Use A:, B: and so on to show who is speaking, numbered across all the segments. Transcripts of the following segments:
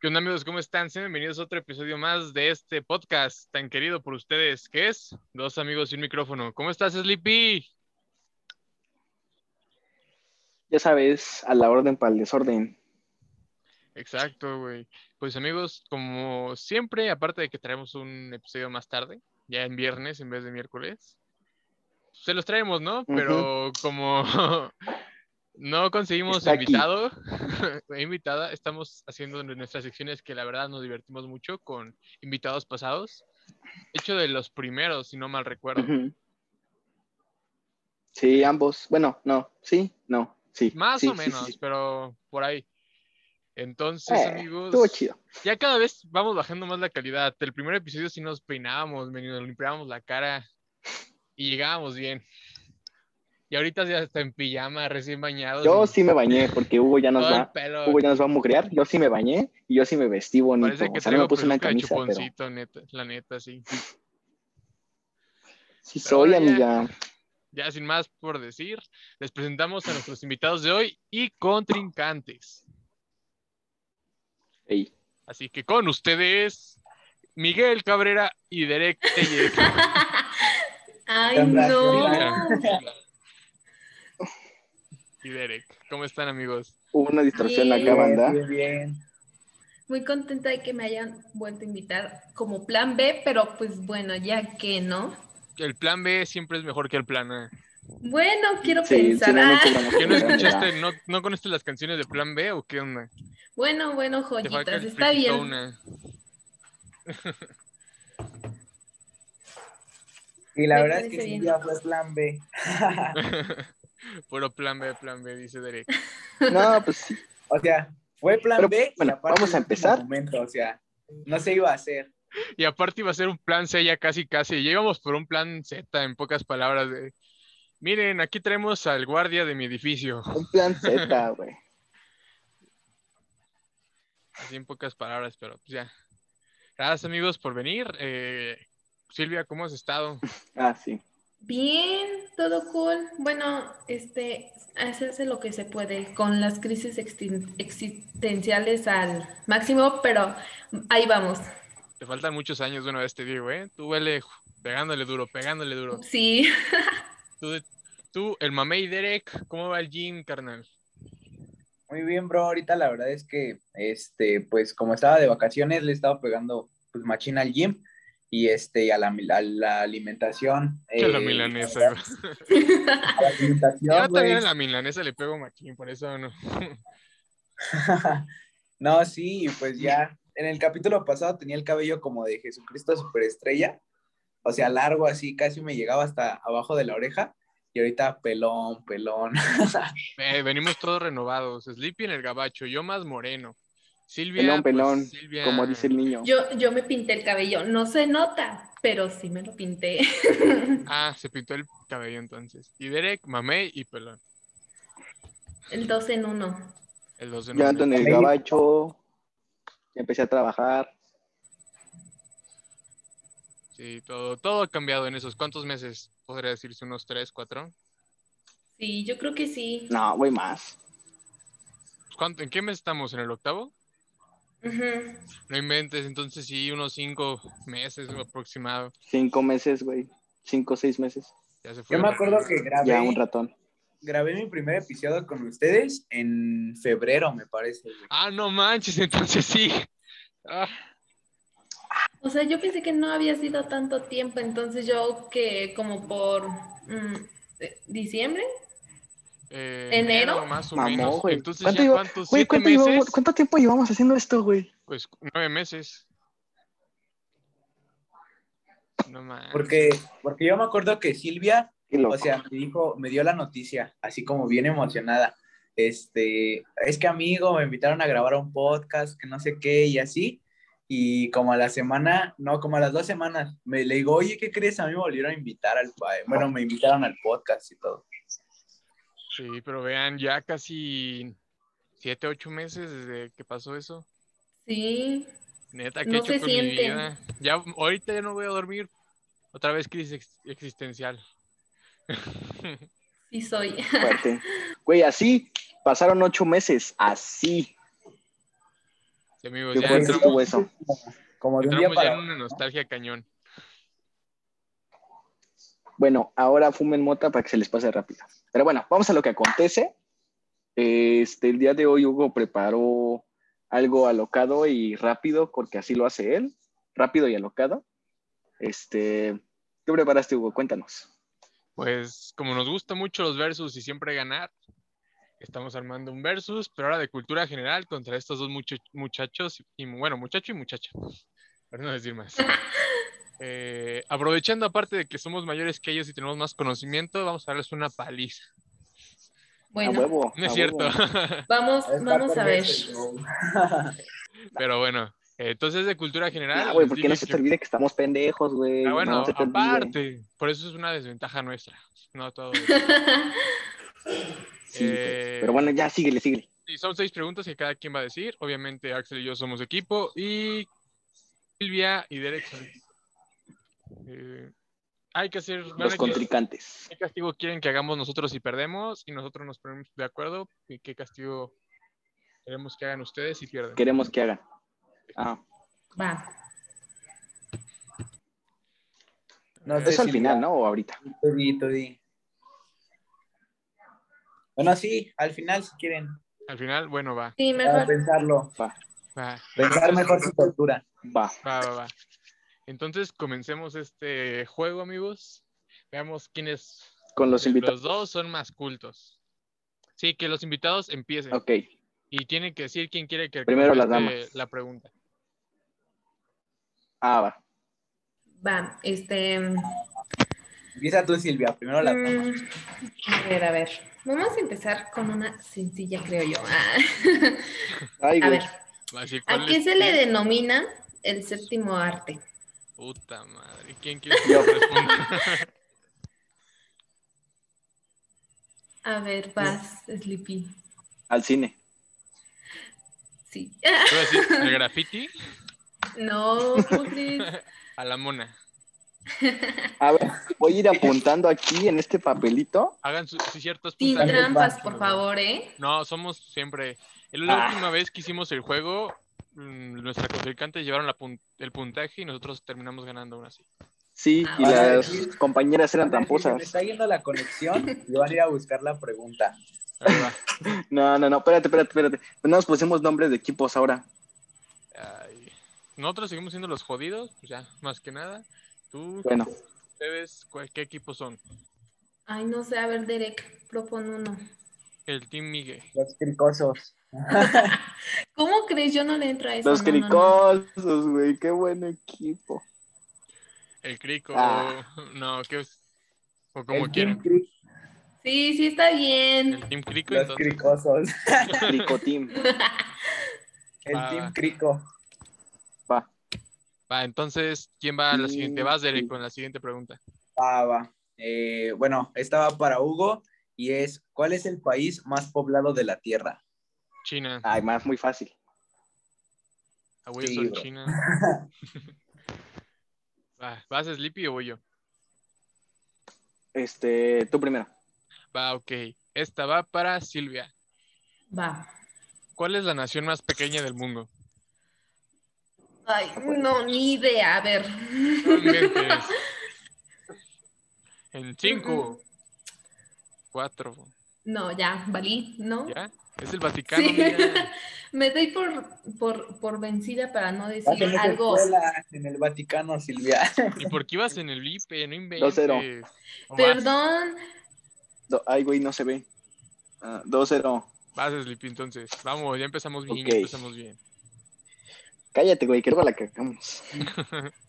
A: ¿Qué onda amigos? ¿Cómo están? Sean bienvenidos a otro episodio más de este podcast tan querido por ustedes, que es Dos Amigos Sin Micrófono. ¿Cómo estás, Sleepy?
B: Ya sabes, a la orden para el desorden.
A: Exacto, güey. Pues amigos, como siempre, aparte de que traemos un episodio más tarde, ya en viernes en vez de miércoles, se los traemos, ¿no? Pero como no conseguimos
B: Está aquí.
A: invitado, e invitada, estamos haciendo nuestras secciones que la verdad nos divertimos mucho con invitados pasados. Hecho de los primeros, si no mal recuerdo.
B: Ujú. Sí, ambos. Bueno, no, sí, no, sí.
A: Más
B: sí,
A: o
B: sí,
A: menos,
B: sí, sí.
A: pero por ahí. Entonces,
B: Eh,
A: amigos,
B: Estuvo chido.
A: ya cada vez vamos bajando más la calidad. El primer episodio sí nos peinábamos, men, nos limpiábamos la cara y llegábamos bien. Y ahorita ya está en pijama, recién bañados.
B: Yo
A: y
B: sí me bañé porque Hugo ya nos
A: todo el
B: va,
A: pelo.
B: Hugo ya nos va a mugrear. Yo sí me bañé y yo sí me vestí bonito.
A: Parece que
B: o sea, no me
A: traigo
B: puse una
A: peluca de
B: camisa, pero
A: chuponcito, neta, la neta, sí.
B: sí
A: Pero
B: soy
A: bueno, ya.
B: amiga.
A: Ya sin más por decir, les presentamos a nuestros invitados de hoy y contrincantes.
B: Ey.
A: Así que con ustedes, Miguel Cabrera y Derek Tellez.
C: Ay,
B: Tembla,
C: no.
B: tembla.
A: Y Derek, ¿cómo están amigos?
B: Hubo una distorsión
C: Bien.
B: acá, banda.
D: Bien, bien.
C: Muy contenta de que me hayan vuelto a invitar como plan B, pero pues bueno, ya que no.
A: El plan B siempre es mejor que el plan A.
C: Bueno, quiero
B: Sí,
C: pensar.
B: sí, no,
C: ah,
B: no cobramos
A: ¿Qué no este.
B: cobramos,
A: escuchaste?
B: ya.
A: ¿No, no conoces las canciones de plan B o qué onda?
C: bueno, bueno,
A: Te falta
C: joyitas,
A: el
C: está bien.
A: Frikitona.
D: Y la
C: Me
D: verdad es que
C: parece
D: sí,
C: bien.
D: ya fue plan B.
A: Puro plan B, plan B, dice Derek.
B: No, pues sí.
D: O sea, fue plan
B: Pero,
D: B. y
B: bueno,
D: aparte
B: vamos a
D: el último
B: empezar.
D: momento, o sea, no se iba a hacer.
A: Y aparte iba a ser un plan C ya casi casi. Llegamos por un plan Z en pocas palabras de... Miren, aquí traemos al guardia de mi edificio.
B: Un plan Z, güey.
A: Así en pocas palabras, pero pues ya. Gracias amigos por venir. Eh, Silvia, ¿cómo has estado?
B: Ah, sí.
C: Bien, todo cool. Bueno, este, hacerse lo que se puede con las crisis extin- existenciales al máximo, pero ahí vamos.
A: Te faltan muchos años de una vez, te digo, ¿eh? Tú vele pegándole duro, pegándole duro.
C: Sí.
A: Tú, tú, el mamey Derek, ¿cómo va el gym, carnal?
D: Muy bien, bro. Ahorita la verdad es que, este, pues como estaba de vacaciones, le he estado pegando pues machina al gym y este, y a la, mil- a la alimentación.
A: Que la
D: eh,
A: milanesa.
D: a
A: güey.
D: la alimentación,
A: Yo también
D: güey.
A: a la milanesa le pego machín, por eso no.
D: No, sí, pues ya. En el capítulo pasado tenía el cabello como de Jesucristo superestrella. O sea, largo así, casi me llegaba hasta abajo de la oreja. Y ahorita pelón, pelón.
A: Eh, venimos todos renovados. Sleepy en el gabacho, yo más moreno. Silvia.
B: Pelón,
A: pues,
B: pelón,
A: Silvia-
B: como dice el niño.
C: Yo, yo me pinté el cabello, no se nota, pero sí me lo pinté.
A: Ah, se pintó el cabello entonces. Y Derek, mamey y pelón.
C: El dos en uno.
A: El 2 de
B: Ya ando en
A: noviembre.
B: el gabacho. Ya empecé a trabajar.
A: Sí, todo, todo ha cambiado en esos. ¿Cuántos meses? Podría decirse unos 3, 4.
C: Sí, yo creo que sí.
B: No, voy más.
A: ¿En qué mes estamos? ¿En el octavo?
C: Ujú.
A: No inventes, entonces sí, unos cinco meses aproximado.
B: Cinco meses, güey. Cinco o seis meses.
A: Ya se fue.
D: Yo me acuerdo que
B: Ya un
D: grabé,
B: ratón.
D: grabé mi primer episodio con ustedes en febrero, me parece. güey.
A: Ah, no manches, entonces sí. Ah,
C: O sea, yo pensé que no había sido tanto tiempo, entonces yo que como por mm, eh, diciembre,
A: eh,
C: ¿Enero?
A: Más o
B: Mamó,
A: menos.
B: güey.
A: Entonces,
B: ¿Cuánto
A: ¿ya
B: llevo-
A: cuántos?
B: Güey,
A: ¿Siete
B: ¿cuánto,
A: meses?
B: llevamos- cuánto tiempo llevamos haciendo esto, güey?
A: Pues nueve meses. No manches.
D: Porque, porque yo me acuerdo que Silvia
B: Qué loco.
D: O sea, me dijo, me dio la noticia, así como bien emocionada. Este, es que amigo, me invitaron a grabar un podcast, que no sé qué, y así. Y como a la semana, no, como a las dos semanas, me le digo, oye, ¿qué crees? A mí me volvieron a invitar al, pa- bueno, me invitaron al podcast y todo.
A: Sí, pero vean, ya casi siete, ocho meses desde que pasó eso.
C: sí.
A: Neta, ¿qué he
C: No
A: hecho
C: se
A: con mi
C: siente.
A: vida? Ya, ahorita ya no voy a dormir. Otra vez crisis ex- existencial.
C: Sí soy.
A: Pues,
B: fuerte. Güey, así pasaron ocho meses. Así.
A: Sí, amigos, Pues
B: Qué
A: ya
B: fuerte
A: entramos-
B: estuvo eso.
D: Como de un día
A: entramos ya
D: para
A: en una nostalgia cañón.
B: Bueno, ahora fumen mota para que se les pase rápido. Pero bueno, vamos a lo que acontece. Este, el día de hoy Hugo preparó algo alocado y rápido, porque así lo hace él, rápido y alocado. Este, ¿qué preparaste, Hugo? Cuéntanos.
A: Pues como nos gusta mucho los versus y siempre ganar, estamos armando un versus, pero ahora de cultura general contra estos dos mucho- muchachos, y bueno, muchacho y muchacha, para no decir más. Eh, aprovechando aparte de que somos mayores que ellos y tenemos más conocimiento, vamos a darles una paliza.
B: a
C: Bueno,
B: huevo.
A: No es
B: a
A: cierto,
B: huevo.
C: vamos,
D: Está
C: vamos a ver.
D: perfecto, ¿no?
A: pero bueno, eh, entonces de cultura general...
B: Ah, güey,
A: les
B: porque no
A: dije
B: se te
A: que-
B: olvide que estamos pendejos, güey.
A: Ah, bueno,
B: no se te olvide.
A: aparte, por eso es una desventaja nuestra. No todo.
B: Sí, güey.
A: Eh,
B: Pero bueno, ya síguele, síguele.
A: Sí, son seis preguntas que cada quien va a decir. Obviamente, Axel y yo somos equipo. Y Silvia y Derek son- Eh, hay que hacer. van a
B: Los
A: que-
B: contrincantes.
A: ¿Qué castigo quieren que hagamos nosotros si perdemos? Y nosotros nos ponemos de acuerdo. ¿Y qué castigo queremos que hagan ustedes si pierden?
B: Queremos que hagan. Ah,
C: Va.
D: No sé
B: eso al
D: si-
B: final, ¿no? O ahorita.
D: Tú di, tú di. Bueno, sí, al final si quieren.
A: Al final, bueno, va.
C: Sí,
B: Ah,
D: Para
C: mejor.
D: pensarlo.
A: Va,
D: Pensar mejor su tortura.
B: Va.
A: va, va, va. Entonces, comencemos este juego, amigos. Veamos quiénes
B: Con los
A: de
B: invitados.
A: los dos son más cultos. Sí, que los invitados empiecen.
B: Ok.
A: Y tiene que decir quién quiere que
B: Primero las
A: conteste
B: damas.
A: la pregunta.
B: Ah, va.
C: Va. Este.
D: Empieza tú, Silvia. Primero la toma.
C: mm, a ver, a ver. Vamos a empezar con una sencilla, creo yo. Ah,
B: Ay,
C: a
B: güey.
C: ver,
A: Va a decir,
C: ¿a
A: ¿cuál
C: qué
A: es
C: se
A: tu
C: le denomina el séptimo arte?
A: Puta madre. ¿Quién quiere que
B: Yo.
A: responda?
C: A ver, vas, Sleepy.
B: Al cine.
C: Sí.
A: Te voy a decir, el graffiti
C: No, ¿cómo crees?
A: a la mona.
B: A ver, voy a ir apuntando aquí en este papelito.
A: Hagan su- sí, ciertos
C: Sin
A: puntajes.
C: trampas, por favor, ¿eh?
A: No, somos siempre. La
B: Ah.
A: última vez que hicimos el juego, mm, nuestra contrincante llevaron la pun- el puntaje y nosotros terminamos ganando aún así.
B: Sí, y
C: Ah,
B: las
D: sí.
B: compañeras eran
D: Se me
B: tramposas.
D: está yendo la conexión y van a ir a buscar la pregunta.
A: A ver, va.
B: No, no, no, espérate, espérate, espérate. No nos pusimos nombres de equipos ahora.
A: Ay. Nosotros seguimos siendo los jodidos, pues ya, más que nada. Tú,
B: Bueno,
A: ustedes, ¿cuál- ¿qué equipo son?
C: Ay, no sé, a ver, Derek, propon uno.
A: El Team Miguel.
D: Los cricosos.
C: ¿Cómo crees? Yo no le entro a eso.
B: los
C: no, no, no.
B: cricosos, güey, qué buen equipo.
A: El crico,
B: Ah.
A: no, ¿qué es? O como
D: El
A: quieran.
D: Team Cri-
C: Sí, sí, está bien.
A: El team crico,
D: Los
A: entonces.
D: cricosos.
B: Cricoteam.
D: El
A: Ah.
D: Team Crico.
B: Va.
A: Va, entonces, ¿quién va a la siguiente? Vas, Derek,
B: Sí.
A: con la siguiente pregunta.
D: Ah, va. Eh, bueno, esta va para Hugo y es: ¿Cuál es el país más poblado de la Tierra?
A: China.
B: Ay, más muy fácil.
A: A huevo
D: sí,
A: soy
D: bro.
A: China. Va, ¿Vas, Sleepy, o voy yo?
B: Este, tú primero.
A: Va, ok. Esta va para Silvia.
C: Va.
A: ¿Cuál es la nación más pequeña del mundo?
C: Ay, no, ni idea. A ver.
A: No inventes. En cinco, cuatro,
C: No, ya, valí, ¿no?
A: ¿ya? Es el Vaticano.
C: Sí.
A: mira.
C: Me doy por, por, por vencida para no
D: Va a
C: decir
D: tener
C: algo.
D: escuela en el Vaticano, Silvia.
A: ¿Y por qué ibas en el IPE? No
B: Dos
A: inventes.
B: cero.
A: O vas,
C: Perdón.
B: Do- Ay, güey, no se ve. Ah, 2-0.
A: Vas, Sleepy, entonces. Vamos, ya empezamos bien,
B: Ok.
A: ya empezamos bien.
B: Cállate, güey, que luego la cagamos.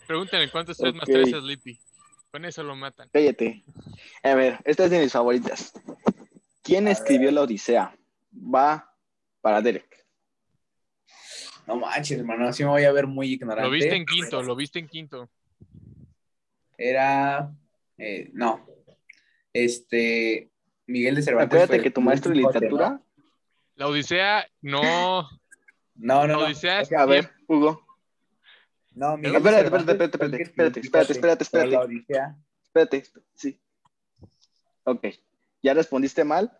A: Pregúntale cuánto es 3 más
B: Ok.
A: 3 a Sleepy. Con eso lo matan.
B: Cállate. A ver, esta es de mis favoritas. ¿Quién
D: A
B: escribió la Odisea? Va para Derek.
D: No manches, hermano, sí me voy a ver muy ignorante.
A: Lo viste en quinto, lo viste en quinto.
D: Era. eh, no. Este. Miguel de Cervantes.
B: Acuérdate
D: fue
B: que tu
D: el
B: maestro de
D: último
B: literatura.
A: La Odisea, no.
D: No,
A: La
D: no, no.
A: Odisea es
B: A ver, Hugo,
D: No, Miguel de
B: Ah, Espérate,
D: Cervantes
B: espérate,
D: fue el
B: espérate,
D: que
B: espérate,
D: escribió
B: espérate, espérate, espérate.
D: La Odisea.
B: espérate. Sí. Ok, ya respondiste mal.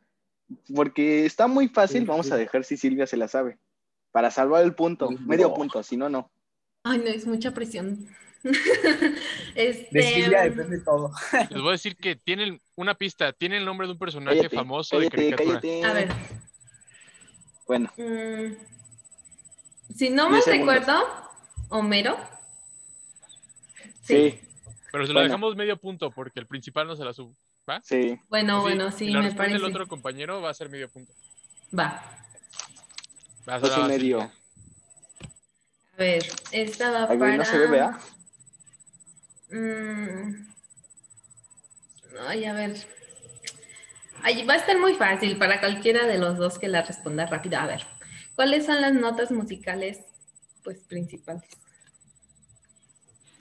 B: Porque está muy fácil,
D: Sí,
B: vamos
D: sí.
B: a dejar si Silvia se la sabe. Para salvar el punto,
D: Uy,
B: medio
D: no.
B: punto, si no, no.
C: Ay, no, es mucha presión. este,
D: De Silvia depende todo.
A: Les voy a decir que tienen una pista, tiene el nombre de un personaje
B: Cállate,
A: famoso de
B: cállate,
A: caricatura.
B: cállate.
C: a ver,
B: Bueno,
C: mm, si no mal
B: Diez segundos.
C: recuerdo, Homero.
B: sí,
A: Pero se lo
B: Bueno.
A: dejamos medio punto porque el principal no se la sube.
B: sí.
C: Bueno,
A: Sí,
C: bueno,
A: si
C: sí,
A: la
C: me
A: responde
C: parece.
A: el otro compañero va a ser medio punto.
C: Va.
A: Va a
B: Dos
A: ser
B: y medio.
A: Silvia.
C: A ver, esta va
B: Ay,
C: para.
B: güey, no se ve, ¿verdad?
C: Mm. Ay, a ver. Ay, va a estar muy fácil para cualquiera de los dos que la responda rápido. A ver, ¿cuáles son las notas musicales pues principales?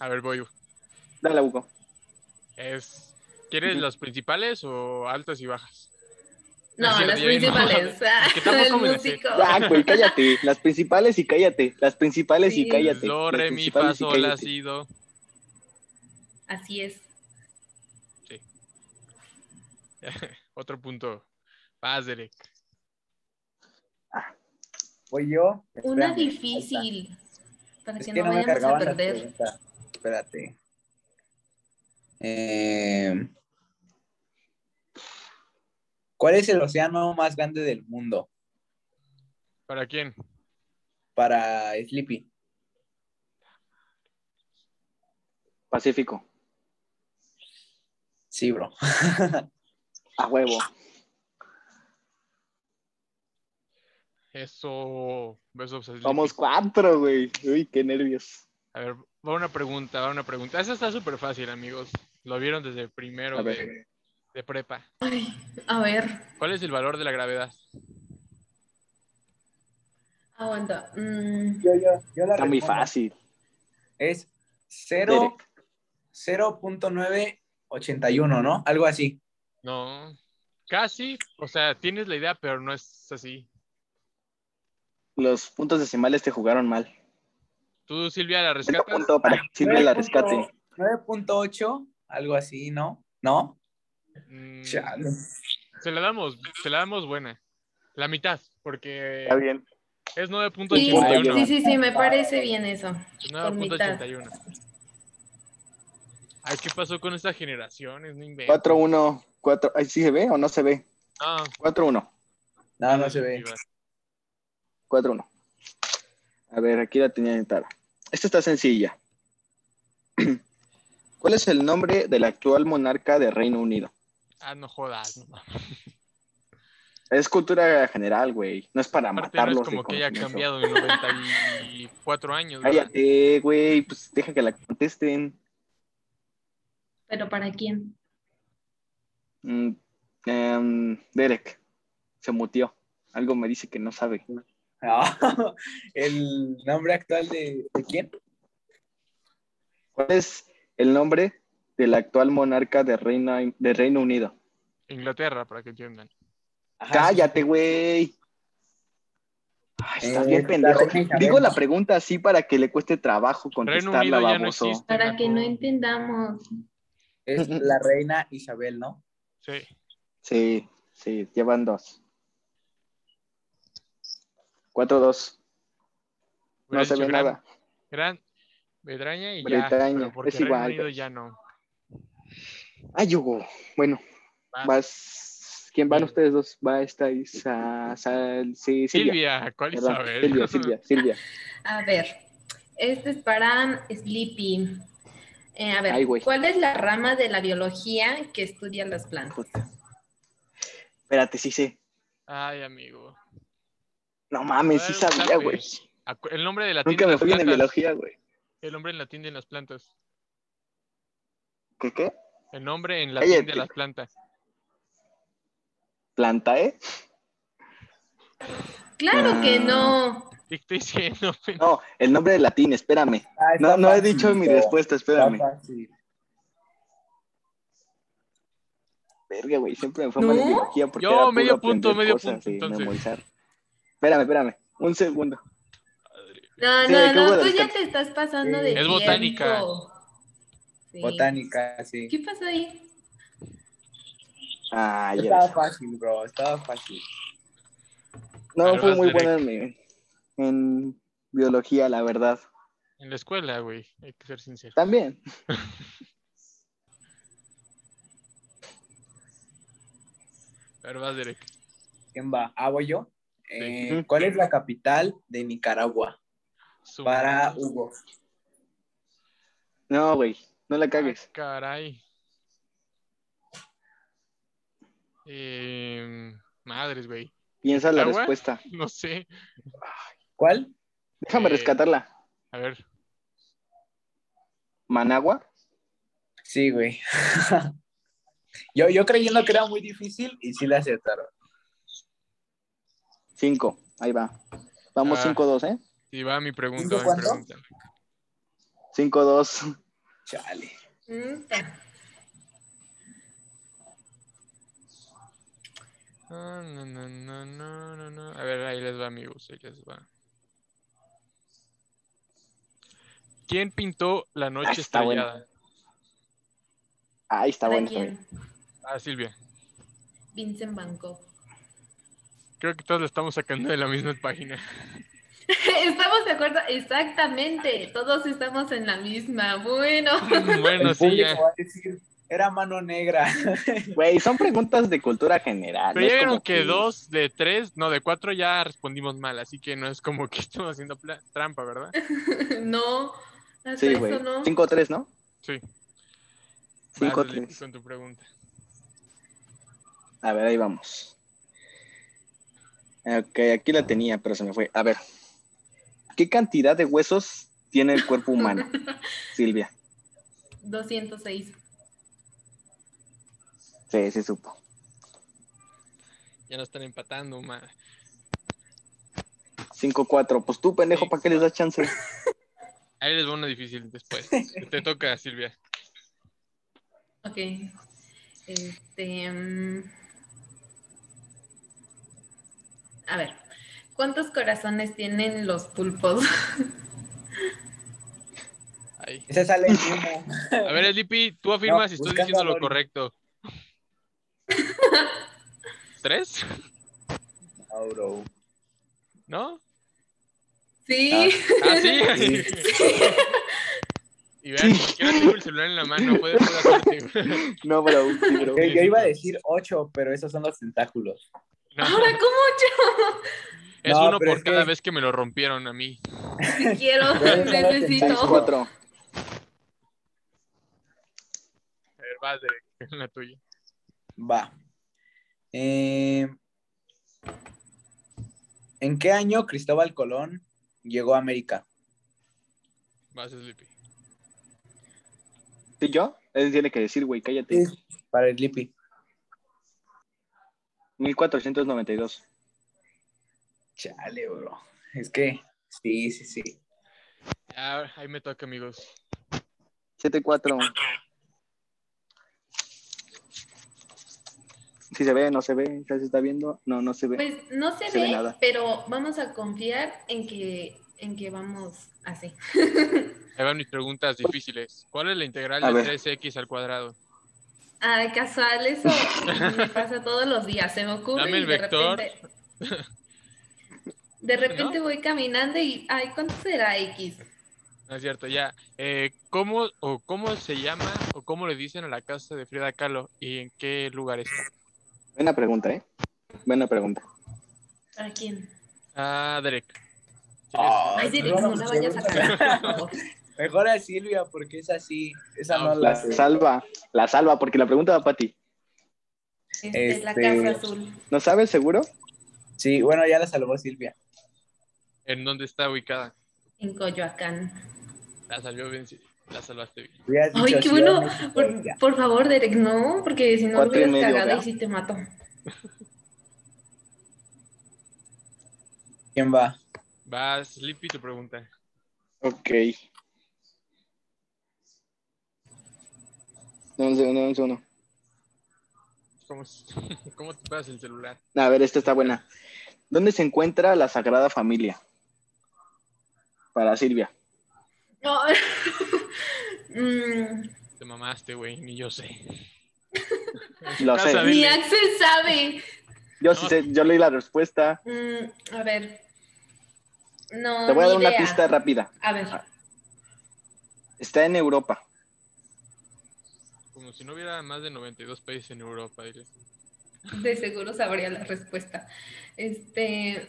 A: A ver, voy.
B: Dale, Hugo.
A: Es, ¿Quieres
B: Ujú.
A: las principales o altas y bajas?
C: No,
A: Es cierto,
C: las
A: ya bien
C: principales.
A: Es que tampoco
C: el
A: me la sé.
C: músico.
B: Ya, güey, cállate. Las principales y cállate. Las principales
C: Sí.
B: y cállate.
A: Do,
B: Las
A: re, mi, fa,
B: principales y
A: sol, la,
B: cállate.
A: si, do.
C: Así es.
A: Otro punto. Vas, Derek.
D: Voy yo.
C: Una
D: Espérame, ahí
C: difícil. Para
D: está.
C: que,
D: Es
C: no,
D: me
C: vayamos a
D: cargaban las
C: perder.
D: preguntas. Espérate.
B: Em,
D: Eh, ¿Cuál es el océano más grande del mundo
A: ¿Para quién?
D: para Sleepy?
B: Pacífico.
D: Sí, bro.
B: A huevo.
A: Eso. eso es el-
B: Somos cuatro, güey. Uy, qué nervios.
A: A ver, va una pregunta, va una pregunta. Esa está súper fácil, amigos. Lo vieron desde primero
B: A
A: de,
B: ver.
A: de prepa.
C: A ver,
A: ¿Cuál es el valor de la gravedad?
C: aguanta. Mm,
D: Yo, yo, yo la
B: Está muy
D: respondo.
B: fácil.
D: Es cero-
B: Derek.
D: 0.981, ¿no? Algo así.
A: No. Casi. O sea, tienes la idea, pero no es así.
B: Los puntos decimales te jugaron mal.
A: Tú, Silvia, la
B: Punto,
A: rescatas.
B: punto para que Silvia la
D: 9.8,
B: rescate.
D: 9.8, algo así, ¿no? ¿No?
A: Mm,
D: Chale.
A: se la damos, se la damos buena. La mitad, porque
B: Está bien.
A: es
C: sí,
A: 9.81.
C: sí, sí, sí, me parece bien eso.
A: Es
C: Con mitad.
A: 9.81. Ay, ¿qué pasó con estas generaciones? No inventes.
B: 4-1. 4. Ay, ¿sí se ve o no se ve?
A: Ah,
B: 4-1.
D: No, no se ve.
B: 4-1. A ver, aquí la tenía anotada. Esta está sencilla. ¿Cuál es el nombre del actual monarca de Reino Unido?
A: Ah, no jodas. no mames.
B: Es cultura general, güey. No es para
A: Aparte, no
B: matarlos.
A: es
B: de
A: como que haya
B: conocimiento.
A: cambiado en 94 años. ¿verdad?
B: Cállate, güey. Pues deja que la contesten.
C: Pero ¿para quién?
B: Mm, em, Derek se mutió. Algo me dice que no sabe.
D: No. El nombre actual de, ¿de quién?
B: ¿Cuál es el nombre del actual monarca de, Reina, de Reino Unido?
A: Inglaterra, para que entiendan.
B: Ah,
D: Ajá,
B: Cállate, güey. Ay,
D: Eh,
B: Estás bien
D: la
B: pendejo.
D: reina Isabel.
B: Digo la pregunta así para que le cueste trabajo
A: Reino
B: contestarla,
A: Unido ya no
B: baboso.
A: existe.
C: Para que no
A: naco.
C: entendamos.
D: Es la reina Isabel, ¿no?
A: Sí.
B: sí, sí, llevan dos. Cuatro, dos. No
A: hubiera
B: se
A: dicho
B: ve
A: Gran-
B: nada.
A: Gran Bretaña y ya.
B: Bretaña,
A: pero porque
B: es
A: Reino
B: igual,
A: Unido
B: güey.
A: ya no.
B: Ay, Hugo. Bueno,
A: Vas.
B: vas. ¿Quién van
A: Sí.
B: ustedes dos? Va esta Isa. Sal, sí, Silvia.
A: Silvia, ¿cuál
B: Perdón,
A: Isabel?
B: Silvia, Silvia, Silvia.
C: A ver, este es para Sleepy. Eh, a ver,
B: Ay, güey.
C: ¿cuál es la rama de la biología que estudia las plantas?
B: Puta. Espérate, sí sé.
A: Ay, amigo.
B: No mames, sí
A: Ay,
B: sabía,
A: sabe.
B: güey.
A: Acu- El nombre de latín
B: Nunca
A: de
B: me
A: las
B: fui bien en
A: plantas.
B: biología, güey.
A: El nombre en latín de las plantas.
B: ¿Qué qué?
A: El nombre en latín de
B: Cállate.
A: las plantas.
B: Planta, ¿eh?
C: Claro que
B: Ah.
C: no.
A: ¿Qué estoy diciendo?
B: No, el nombre de latín, espérame.
D: Ah, está
B: No, no he
D: fácil,
B: dicho mi
D: pero
B: respuesta, espérame.
D: está fácil.
B: Verga, güey, siempre me fue
C: ¿No?
B: mal en biología porque
A: Yo,
B: era puro
A: medio punto,
B: aprender
A: medio
B: cosas
A: punto,
B: y
A: entonces.
B: memorizar. Espérame, espérame, un segundo.
C: No,
B: Sí,
C: no,
B: ¿qué hubo
C: no,
B: de
C: tú
B: las
C: ya
B: plantas?
C: te estás pasando
D: Sí.
C: de
D: Es
C: tiempo.
A: botánica.
C: Sí.
D: Botánica, sí.
C: ¿Qué pasó ahí?
B: Ay, Ah, ya
D: Estaba
B: ves.
D: fácil, bro. Estaba fácil.
B: No
A: Ahí
B: fue
A: vas,
B: muy
A: Derek.
B: buena mi, en biología, la verdad.
A: En la escuela, güey, hay que ser sincero.
B: También.
A: Pero vas, Derek.
D: ¿Quién va? Ah, voy yo.
A: Sí.
D: Eh, ¿Cuál es la capital de Nicaragua?
A: Su-
D: Para Hugo.
B: No, güey, no la cagues.
A: Ah, Caray. Em, madres, güey.
B: Piensa la
A: ¿Agua?
B: respuesta.
A: No sé.
D: ¿Cuál?
B: Déjame
A: Eh.
B: rescatarla.
A: A ver.
B: ¿Managua?
D: Sí, güey. yo, yo creyendo que era muy difícil y sí la acertaron.
B: Cinco. Ahí va. Vamos
A: Ah.
B: 5-2, ¿eh?
A: Y va mi pregunta.
D: ¿Cinco
A: va mi
D: cuánto?
A: pregunta.
B: 5-2.
D: Chale.
C: Mm,
A: Ah, na, na, na, na, na, na. A ver, ahí les va, amigos. Ahí les va. ¿Quién pintó La Noche
B: Ah, está bueno.
A: Estrellada?
B: Ahí está
C: ¿Para
B: bueno.
C: quién?
B: también.
A: Ah, Silvia.
C: Vincent Van Gogh.
A: Creo que todos la estamos sacando de la misma página.
C: Estamos de acuerdo, exactamente. Todos estamos en la misma. Bueno,
A: bueno,
D: El
A: sí,
D: público
A: ya.
D: va a decir, era mano negra.
B: Güey, son preguntas de cultura general.
A: Pero
B: ah, no
A: ya
B: es
A: vieron
B: como
A: que dos de tres, no, de cuatro ya respondimos mal, así que no es como que estamos haciendo pla- trampa, ¿verdad?
C: no. Hasta
B: Sí,
C: eso
B: güey.
C: no.
B: 5-3, ¿no?
A: Sí. Vas,
B: Cinco,
A: Lili,
B: tres.
A: con tu pregunta.
B: A ver, ahí vamos. Ok, aquí la tenía, pero se me fue. A ver. ¿Qué cantidad de huesos tiene el cuerpo humano, Silvia?
C: 206.
B: Sí, sí supo.
A: Ya nos están empatando, madre.
B: 5-4. Pues tú, pendejo, ¿para qué les das chance?
A: Ahí les va una difícil después. Te toca, Silvia.
C: Ok. Este. mm, A ver. ¿Cuántos corazones tienen los pulpos?
A: Ahí.
D: Ese sale el mismo.
A: A ver, Slippy, tú afirmas si estoy
D: buscando
A: diciendo lo
D: a Dory.
A: correcto. ¿Tres?
D: No, bro.
A: ¿No?
C: Sí.
A: Ah, sí.
D: Sí.
A: Y vean, ni siquiera tengo el celular en la mano, puede pura suerte.
B: No, bro. sí, bro.
D: Yo, yo iba a decir ocho, pero esos son los tentáculos.
A: No,
C: Ahora, ¿cómo
A: es
D: No,
A: uno
D: pero
A: por
D: es
A: cada
D: que-
A: vez que me lo rompieron a mí.
C: yo? Te quiero,
D: Debe
B: Seis,
D: estar
C: necesito.
D: atentado.
B: cuatro.
A: A ver, vas de la tuya.
D: Va. Eh, ¿En qué año Cristóbal Colón llegó a América?
A: Vas, Slippy.
B: ¿Sí yo? Él tiene que decir, güey, cállate.
D: Para el Lipi.
B: 1492.
D: Chale, bro. Es que, sí, sí, sí.
A: Ah, ahí me toca, amigos.
B: 7-4. Si se ve, no se ve, ya se está viendo. No, no se ve.
C: Pues no se,
B: Se ve
C: ve,
B: nada.
C: pero vamos a confiar en que, en que vamos así.
A: Ahí van mis preguntas difíciles. ¿Cuál es la integral
B: A
A: de
B: ver.
A: 3x al cuadrado?
C: Ah, casual, eso me pasa todos los días, se me ocurre.
A: Dame
C: y
A: el
C: de
A: vector.
C: Repente, de repente voy caminando y, ay, ¿cuánto será X?
A: No es cierto, ya. Eh, ¿Cómo o cómo se llama o cómo le dicen a la casa de Frida Kahlo y en qué lugar está?
B: Buena pregunta, ¿eh? Buena pregunta.
C: ¿Para quién?
A: Ah, Derek. Ah,
C: Ay, sí,
D: Rola,
C: no la vayas a cagar, por favor.
D: pues, Mejor a Silvia, porque es así. Esa
A: Ah,
D: no
B: La
D: la sé.
B: salva, la salva, porque la pregunta va para ti.
C: Este, La
D: Este-
C: Casa Azul.
B: ¿No sabes seguro?
D: Sí, bueno, ya la salvó Silvia.
A: ¿En dónde está ubicada?
C: En Coyoacán.
A: La salvó bien, sí. La salvaste bien.
D: Hubieras
C: Ay,
D: dicho
C: qué
D: Ciudad
C: bueno.
D: de México, ya.
C: Por, por favor, Derek, no, porque si no lo
B: Cuatro y
C: hubieras
B: medio,
C: cagado
B: ¿verdad?
C: y sí te mato.
D: ¿Quién va?
A: Va, Sleepy, tu pregunta.
B: Ok. No, un segundo, un segundo.
A: ¿Cómo, es- cómo te pagas el celular?
B: A ver, esta está buena. ¿Dónde se encuentra la Sagrada Familia? Para Silvia.
C: No. Mm,
A: Te mamaste, güey, ni yo sé.
B: Lo
A: Casa
B: sé.
A: de-
C: ni Axel sabe.
B: Yo sí sé, yo leí la respuesta.
C: Mm, a ver. No,
B: Te voy a
C: ni
B: dar una
C: idea.
B: pista rápida.
C: A ver,
B: Está en Europa.
A: Como si no hubiera más de 92 países en Europa. dile.
C: de seguro sabría la respuesta. Este,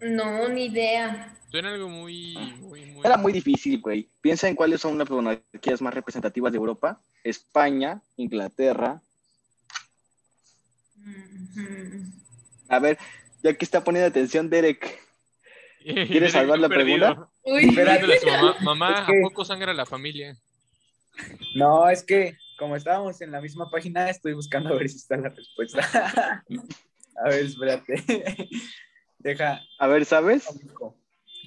C: no, ni idea.
A: Suena algo muy, muy, muy...
B: Era muy difícil, güey. Piensa en cuáles son las monarquías más representativas de Europa. España, Inglaterra.
C: Mm,
B: A ver, ya que está poniendo atención Derek. ¿Quieres salvar la pregunta?
C: Uy,
A: Pregúntale a su mamá, mamá,
D: Es que-
A: ¿a poco sangra la familia?
D: No, es que como estábamos en la misma página, estoy buscando a ver si está la respuesta. a ver, espérate. Deja.
B: A ver, ¿sabes?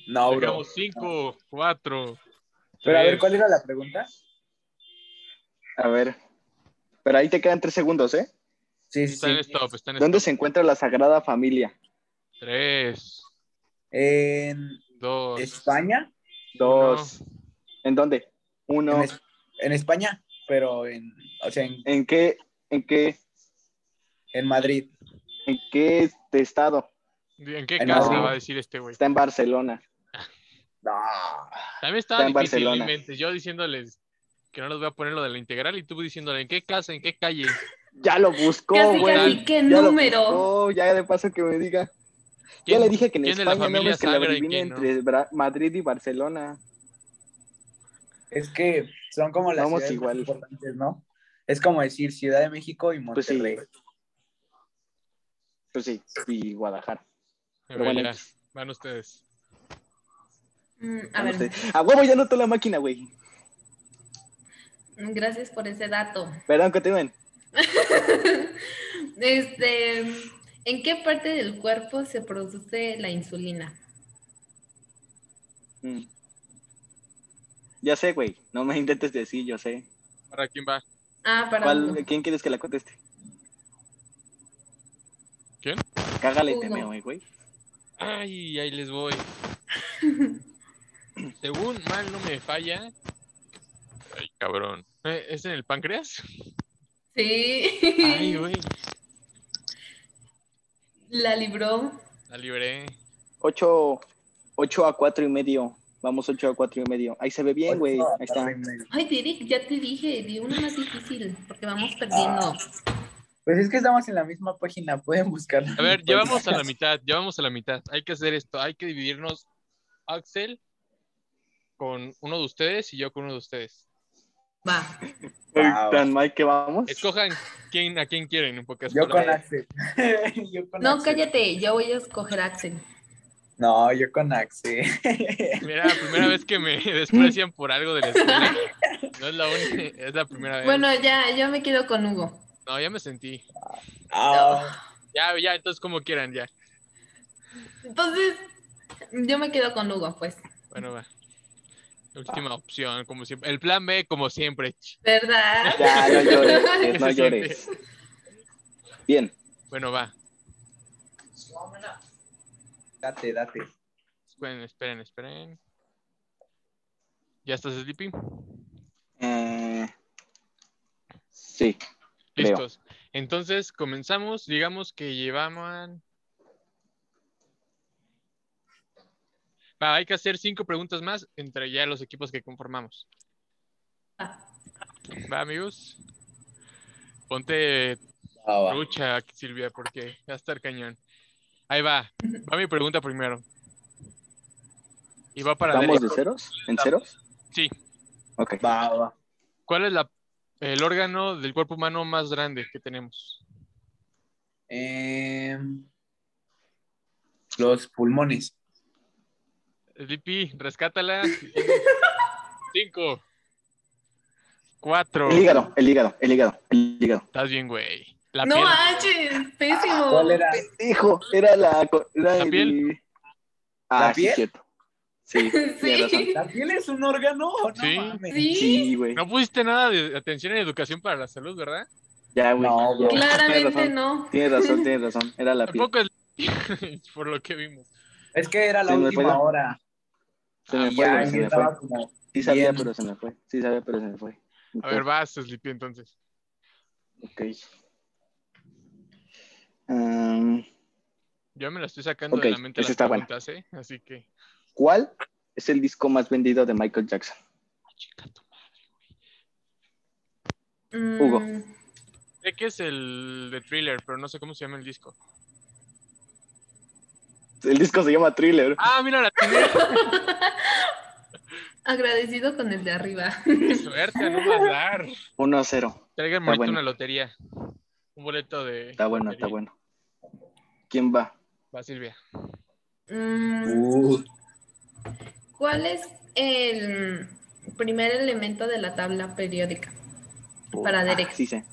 D: No, bro.
A: Sacamos cinco, cuatro.
D: Pero a ver,
A: tres.
D: ¿cuál era la pregunta?
B: A ver. Pero ahí te quedan tres segundos, ¿eh?
D: Sí, sí,
A: Está en
D: sí.
A: stop, está en
B: ¿Dónde
A: stop.
B: se encuentra la Sagrada Familia?
A: Tres,
D: En
A: dos,
D: España.
B: Dos. ¿En dónde? Uno.
D: En, este. es- en España, pero en, o sea, en,
B: ¿En qué? ¿En qué?
D: en Madrid.
B: ¿En qué este estado?
A: uno. ¿En qué
D: En
A: casa
B: Madrid.
A: va a decir este güey?
B: Está en Barcelona.
D: No.
A: También estaba
B: Está en
A: difícil
B: Barcelona.
A: mi mente, Yo diciéndoles que no les voy a poner lo de la integral y tú diciéndole en qué casa, en qué calle.
B: Ya lo buscó,
C: casi,
B: güey.
A: buena.
C: casi, ¿qué
B: Ya lo
C: número?
B: buscó, ya de paso que me diga. Ya
A: ¿Quién-
B: le dije que en
A: quién de la
B: España no
A: familia
B: es que la
A: sangra y
B: adivine
A: quién no?
B: entre Bra- Madrid y Barcelona.
D: Es que son como las
B: Vamos
D: ciudades más
B: igual.
D: importantes, ¿no? Es como decir Ciudad de México y
B: Pues sí.
D: Monterrey.
B: Pues sí, y Guadalajara.
A: Pero
B: bueno,
A: ya, van ustedes.
C: Mm, a
B: No sé.
C: ver,
B: Este, A huevo ya notó la máquina, güey.
C: gracias por ese dato.
B: Perdón, continúen.
C: Este, ¿en qué parte del cuerpo se produce la insulina?
B: Mm. Ya sé, güey. No me intentes decir, yo sé.
A: ¿Para quién va?
C: Ah, para
B: ¿Cuál-
C: Hugo.
B: ¿Quién quieres que la conteste?
A: ¿Quién?
B: Cágale,
C: Hugo.
B: teme, güey, güey.
A: Ay, ahí les voy. Según mal no me falla. Ay, cabrón. Eh, ¿Es en el páncreas?
C: Sí.
A: Ay, güey.
C: La libró.
A: La libré.
B: 8, a 4 y medio. Vamos 8 a 4 y medio. Ahí se ve bien, güey.
D: Ocho,
B: Ahí está.
D: cuatro y medio.
C: Ay, Derek, ya te dije, di una más difícil, porque vamos perdiendo.
D: Pues es que estamos en la misma página, pueden buscarla.
A: A ver, llevamos a la mitad, llevamos a la mitad. Hay que hacer esto, hay que dividirnos Axel con uno de ustedes y yo con uno de ustedes.
C: Va.
D: Wow.
B: Tan mal que vamos.
A: Escojan quién, a quién quieren, un poco
D: Yo con Axel. Yo con
C: No,
D: Axel.
C: cállate, yo voy a escoger a Axel.
D: No, yo con Axel.
A: Mira, la primera vez que me desprecian por algo de la escuela. No es la única, es la primera vez.
C: Bueno, ya, yo me quedo con Hugo.
A: No, ya me sentí.
D: Ah,
A: Ya, ya, entonces como quieran, ya.
C: Entonces, yo me quedo con Hugo, pues.
A: Bueno, va. Última opción, como siempre. El plan B, como siempre.
C: ¿Verdad?
B: Ya, no llores, no
A: Se siente.
B: llores. Bien,
A: Bueno, va.
D: date, date.
A: Esperen, esperen, esperen. ¿Ya estás sleepy?
B: eh, sí, Creo.
A: Listos. Entonces comenzamos, digamos que llevaban. Va, hay que hacer cinco preguntas más entre ya los equipos que conformamos.
C: Va.
A: Va, amigos. Ponte
D: Va, va.
A: lucha, Silvia, porque va a estar cañón. Ahí va. Va mi pregunta primero. Y va para
B: ¿estamos
A: Derek.
B: de ceros? ¿En ceros?
A: Sí.
B: Ok.
D: Va, va.
A: ¿Cuál es la, el órgano del cuerpo humano más grande que tenemos?
D: Em, los pulmones.
A: Sleepy, rescátala. Cinco. Cuatro.
B: El hígado, el hígado, el hígado, el hígado.
A: Estás bien, güey. La
C: no
A: piel.
C: manches, pésimo.
D: ¿Cuál era?
B: Hijo, era la. co- era
A: ¿La
B: el-
A: piel?
B: Ah,
D: ¿La
B: sí,
D: piel?
B: cierto. Sí, tienes razón.
C: Sí.
D: ¿La piel es un órgano? No
A: Sí.
D: mames.
C: Sí,
B: Sí, güey.
A: No pusiste nada de atención en educación para la salud, ¿verdad?
B: Ya, güey.
D: No, bro.
B: Tienes
C: claramente
B: razón.
C: no.
B: Tienes razón, tienes razón. Era la piel.
A: Tampoco es por lo que vimos.
D: Es que era la
B: Se me
D: última
B: fue.
D: hora.
B: Se me
A: Ah,
B: fue,
A: ya.
B: güey, se
D: Ya,
B: me
D: yo
B: fue.
D: estaba como.
B: Sí sabía,
D: Bien.
B: pero se me fue. Sí sabía, pero se me fue.
A: A ver, vas, Sleepy, entonces.
B: Ok. Um,
A: Yo me la estoy sacando
B: Ok,
A: de la mente
B: esa
A: las
B: está buena.
A: preguntas, ¿eh? Así que
B: ¿Cuál es el disco más vendido de Michael Jackson?
C: Mm,
B: Hugo.
A: Sé que es el de thriller, pero no sé cómo se llama el disco.
B: El disco se llama Thriller.
A: Ah, mira, la tiene.
C: Agradecido con el de arriba.
A: Qué suerte, no vas a dar.
B: 1 a 0.
A: Traigan bonito
B: bueno.
A: una lotería. Un boleto de.
B: Está bueno, está
A: lotería.
B: bueno. ¿Quién va?
A: Va, Silvia.
C: Mm,
D: Uh,
C: ¿Cuál es el primer elemento de la tabla periódica? Para Derek.
B: Ah, Sí, sé.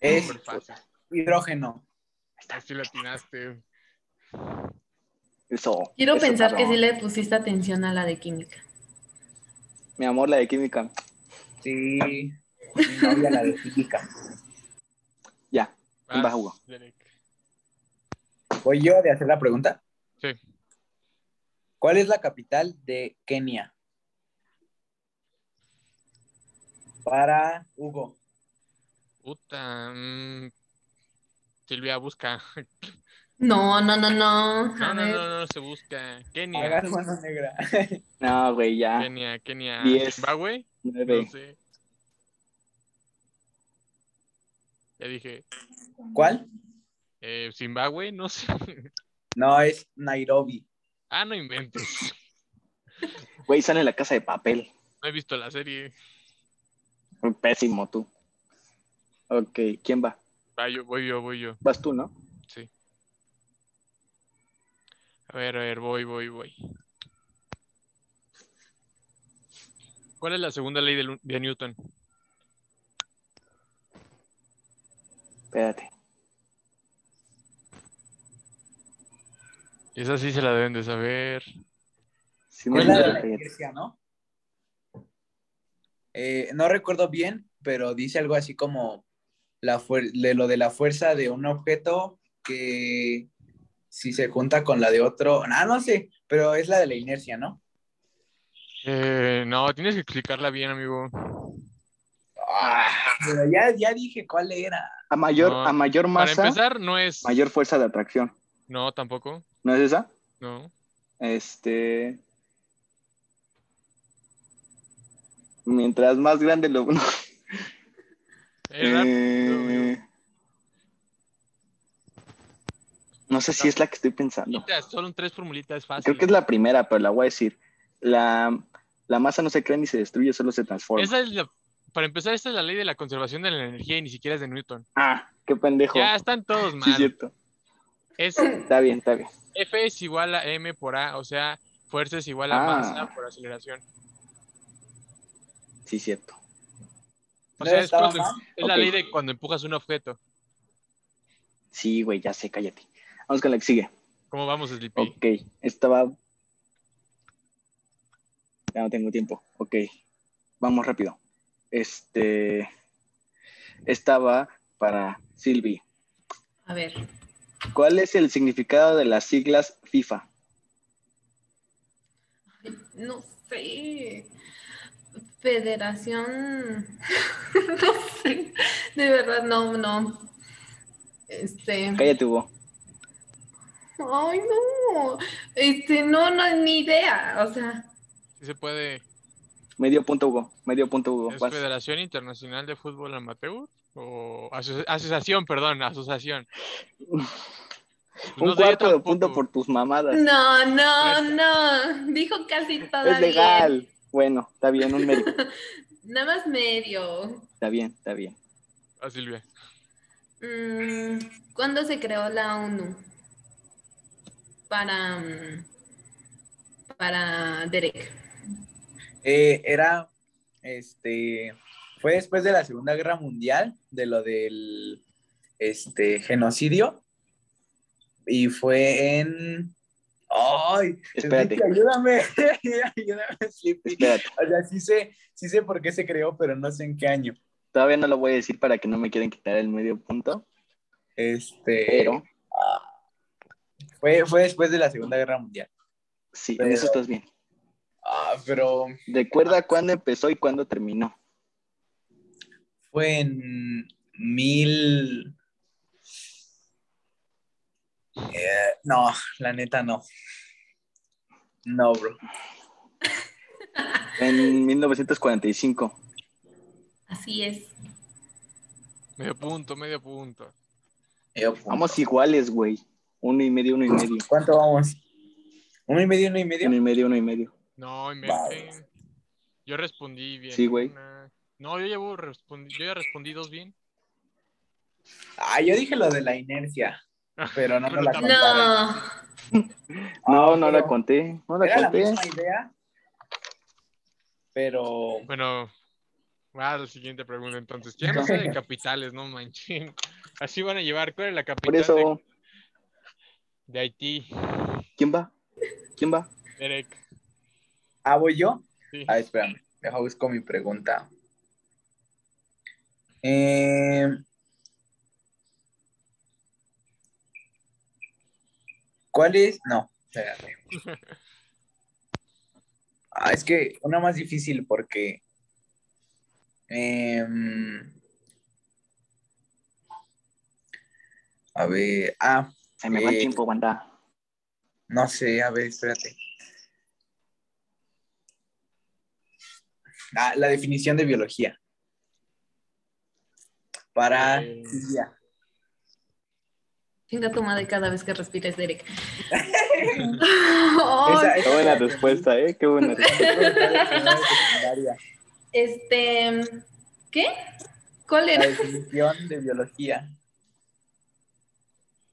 D: es
A: Súper fácil.
D: hidrógeno.
A: Así lo atinaste.
B: Eso.
C: Quiero
B: eso,
C: pensar que
B: cabrón.
C: sí le pusiste atención a la de química.
B: Mi amor, la de química.
D: Sí. Mi novia, la de física.
B: Ya. ¿Quién
A: Vas,
B: va, Hugo?
A: Derek.
D: Voy yo de hacer la pregunta.
A: Sí.
D: ¿Cuál es la capital de Kenia? Para Hugo.
A: Puta. mm. Silvia, busca.
C: No, no, no, no.
A: No,
C: A
A: no,
C: ver.
A: no, no se busca. Kenia.
D: Hagan mano negra.
B: No, güey, ya.
A: Kenia, Kenia.
B: Diez.
A: Zimbabue. No
B: Nueve.
A: sé. Ya dije.
D: ¿Cuál?
A: eh, Zimbabue, no sé.
D: No, es Nairobi.
A: Ah, no inventes.
B: Güey, sale en la casa de papel.
A: No he visto la serie.
B: Pésimo tú. Ok, ¿quién va?
A: Va, yo, voy yo, voy yo.
B: Vas tú, ¿no?
A: Sí. A ver, a ver, voy, voy, voy. ¿Cuál es la segunda ley de, Lu- de Newton?
B: Espérate.
A: Esa sí se la deben de saber.
B: Sí, me
D: Es la de la
B: acuerdo que-
D: iglesia, ¿no? Eh, no recuerdo bien, pero dice algo así como la fuer- de lo de la fuerza de un objeto que si se junta con la de otro. Ah, no sé, pero es la de la inercia, ¿no?
A: Eh, no, tienes que explicarla bien, amigo.
D: Ah. Pero ya, ya dije cuál era.
B: A mayor,
A: No,
B: a mayor
A: Para
B: masa,
A: empezar, no es.
B: mayor fuerza de atracción.
A: No, tampoco.
B: ¿No es esa?
A: No.
B: Este. Mientras más grande lo. no,
A: Es raro,
B: eh,
A: amigo.
B: No sé si es la que estoy pensando.
A: Formulitas, Solo tres formulitas fáciles.
B: Creo que es la primera, pero la voy a decir. La, la masa no se crea ni se destruye, solo se transforma.
A: Esa es la- Para empezar, esta es la ley de la conservación de la energía y ni siquiera es de Newton.
B: Ah, qué pendejo.
A: Ya están todos
B: sí,
A: mal.
B: es cierto.
A: es
B: Está bien, está bien.
A: F es igual a M por A, o sea, fuerza es igual a
B: Ah.
A: masa por aceleración.
B: Sí, es cierto.
A: O
D: No
A: sea, es,
D: estaba
A: cuando-
D: mal.
A: es la
B: Ok.
A: ley de cuando empujas un objeto.
B: Sí, güey, ya sé, cállate. Vamos con la que sigue.
A: ¿Cómo vamos, Sleepy?
B: Ok, esta va. Ya no tengo tiempo. Ok, vamos rápido. Este. Esta va para Silvi.
C: A ver.
B: ¿Cuál es el significado de las siglas FIFA?
C: Ay, No sé. Federación. no sé. De verdad, no, no. Este.
B: Cállate, Hugo.
C: Ay, no. Este, no, no, ni idea. O sea,
A: Sí se puede.
B: Medio punto, Hugo. Medio punto, Hugo.
A: ¿Es
B: Vas.
A: Federación Internacional de Fútbol Amateur? O aso- asociación, perdón, asociación. Pues
B: Un
A: no sé, yo
B: cuarto de
A: tampoco.
B: punto por tus mamadas.
C: no, no,
A: Pues-
C: no. Dijo casi todo.
B: es legal. Bueno, está bien, un medio.
C: Nada más medio.
B: Está bien, está bien.
A: Ah, Silvia.
C: Mm, ¿Cuándo se creó la ONU? Para. mm, Para Derek.
D: Eh, era, este, fue después de la Segunda Guerra Mundial, de lo del, este, genocidio. Y fue en... ¡Ay!
B: Espérate.
D: Sleepy, ayúdame, ayúdame, Sleepy.
B: Espérate.
D: O sea, sí sé, sí sé por qué se creó, pero no sé en qué año.
B: Todavía no lo voy a decir para que no me quieran quitar el medio punto,
D: Este,
B: pero
D: fue, fue después de la Segunda Guerra Mundial.
B: sí, en
D: pero-
B: eso estás bien.
D: Ah, pero
B: Recuerda cuándo empezó y cuándo terminó.
D: fue en mil... Eh, no, la neta no. No, bro.
B: En 1945.
C: Así es.
A: Medio punto, medio punto.
D: Yo, pues,
B: Vamos iguales, güey. Uno y medio, uno y medio.
D: ¿Cuánto vamos? ¿Uno y medio, uno y medio?
B: Uno y medio, uno y medio.
A: No, en
D: Vale.
A: mente. Yo respondí bien.
B: Sí, güey.
A: una. No, yo llevo respondi- yo ya respondí dos bien.
D: Ah, yo dije lo de la inercia, pero no me la
A: Pero
D: contaron.
C: No.
B: No, no
D: Ah, pero-
B: la conté. No la
D: Era la
B: conté.
D: misma idea, pero
A: Bueno, va a la siguiente pregunta entonces. Ya no sé de capitales, no manchen. Así van a llevar. ¿Cuál es la
B: Por
A: capital de,
B: eso,
A: de Haití?
B: ¿quién va? ¿Quién va?
A: Derek.
D: ¿ah, voy yo?
A: Sí.
D: Ah, espérame, deja busco mi pregunta. Eh, ¿Cuál es? No, espérate. Ah, es que una más difícil porque. em, a ver, ah,
B: Se me va el
D: Eh,
B: tiempo, banda.
D: no sé, a ver, espérate. Ah, la definición de biología. Para.
A: Eh.
D: ya.
C: Chinga tu madre cada vez que respires, Derek.
D: Esa-
B: Qué buena respuesta, ¿eh? Qué buena respuesta.
D: secundaria,
C: Este, ¿qué? ¿Cuál
D: La
C: era?
D: definición de biología.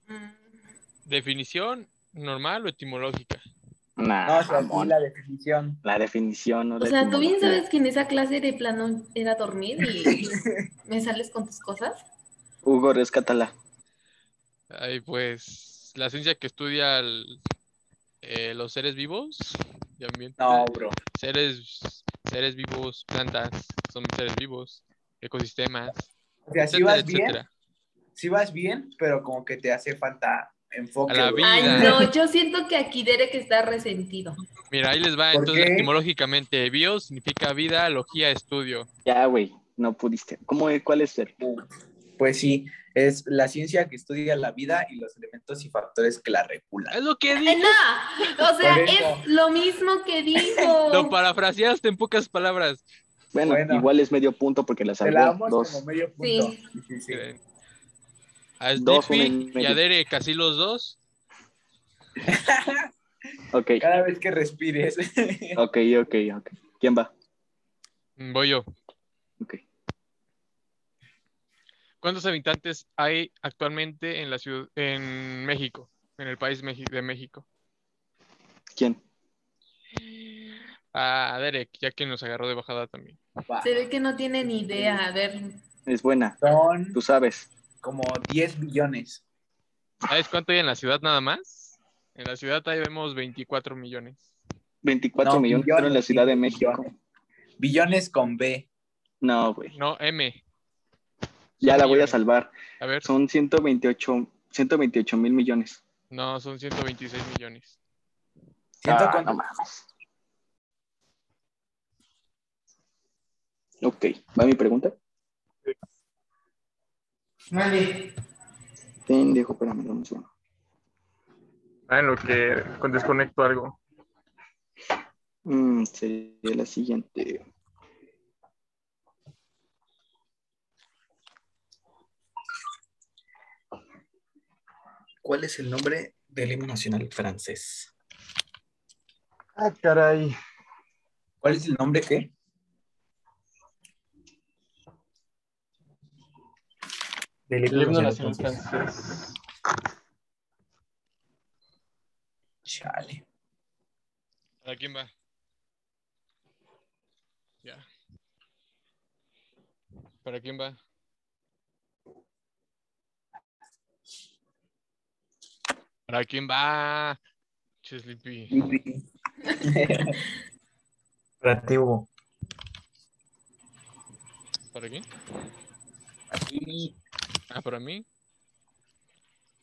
C: Mm,
A: ¿Definición normal o etimológica?
B: Nah,
D: No, o sea, sí,
B: mamón.
D: la definición.
B: La definición, no
C: O
B: la
C: sea, tú bien
B: etimología.
C: sabes que en esa clase de plano era dormir y me sales con tus cosas.
B: Hugo, rescátala.
A: Ahí pues, la ciencia que estudia el- eh, los seres vivos y ambiente.
D: No, bro.
A: Seres, seres vivos, plantas, son seres vivos, ecosistemas,
D: O sea, si
A: etcétera,
D: vas bien,
A: etcétera.
D: si vas bien, pero como que te hace falta enfoque.
A: A la
D: bro.
A: vida.
C: Ay, no, yo siento que aquí Derek está resentido.
A: Mira, ahí les va,
D: ¿Por
A: entonces,
D: qué?
A: etimológicamente, bio significa vida, logía, estudio.
B: Ya, güey, no pudiste. ¿Cómo, ¿Cuál es el?
D: Pues sí, es la ciencia que estudia la vida y los elementos y factores que la regulan.
A: Es lo que
C: Ay,
A: dije,
C: No, o sea,
D: Por eso.
C: es lo mismo que dijo.
A: lo parafraseaste en pocas palabras.
B: Bueno,
D: Bueno.
B: igual es medio punto porque la
D: Te la
B: salvó.
D: damos como
B: Dos.
D: medio punto.
C: Sí.
D: Sí, sí.
A: A
B: Dos,
A: Steffi
B: uno
A: y
B: y
A: a
B: medio.
A: Derek, así los dos.
B: Ok,
D: Cada vez que respires.
B: ok, ok, ok. ¿Quién va?
A: Mm, Voy yo.
B: Ok.
A: ¿Cuántos habitantes hay actualmente en la ciudad, en México, en el país Meji- de México?
B: ¿Quién?
A: A Ah, Derek, ya que nos agarró de bajada también.
D: Va.
C: Se ve que no tiene ni idea. A ver,
B: Es buena.
D: Son
B: Tú sabes.
D: como 10 billones.
A: ¿Sabes cuánto hay en la ciudad nada más? En la ciudad ahí vemos 24 millones.
B: 24
D: No,
B: millones,
D: millones,
B: pero en la Ciudad de México.
D: millones. Billones con B.
B: No, güey.
A: No, M.
B: Ya
A: Son
B: la voy a
A: millones.
B: salvar.
A: A ver,
B: Son 128, 128 mil millones.
A: no, son 126 millones.
D: Siento
B: Ah,
D: con-
B: no mames. Ok, ¿va mi pregunta?
C: Vale.
B: Pendejo, espérame, dame un segundo.
A: Ah, en lo que desconecto algo.
B: Mm, sería la siguiente.
E: ¿Cuál es el nombre del himno nacional francés?
A: Ah, caray.
D: ¿Cuál es el nombre qué?
E: Del
A: El himno nacional francés.
D: Chale.
A: ¿A quién va? Ya. ¿Para quién va? ¿Para quién va? Che, Sleepy.
E: Para ti, Hugo.
A: ¿Para quién?
E: Aquí.
A: Ah, para mí.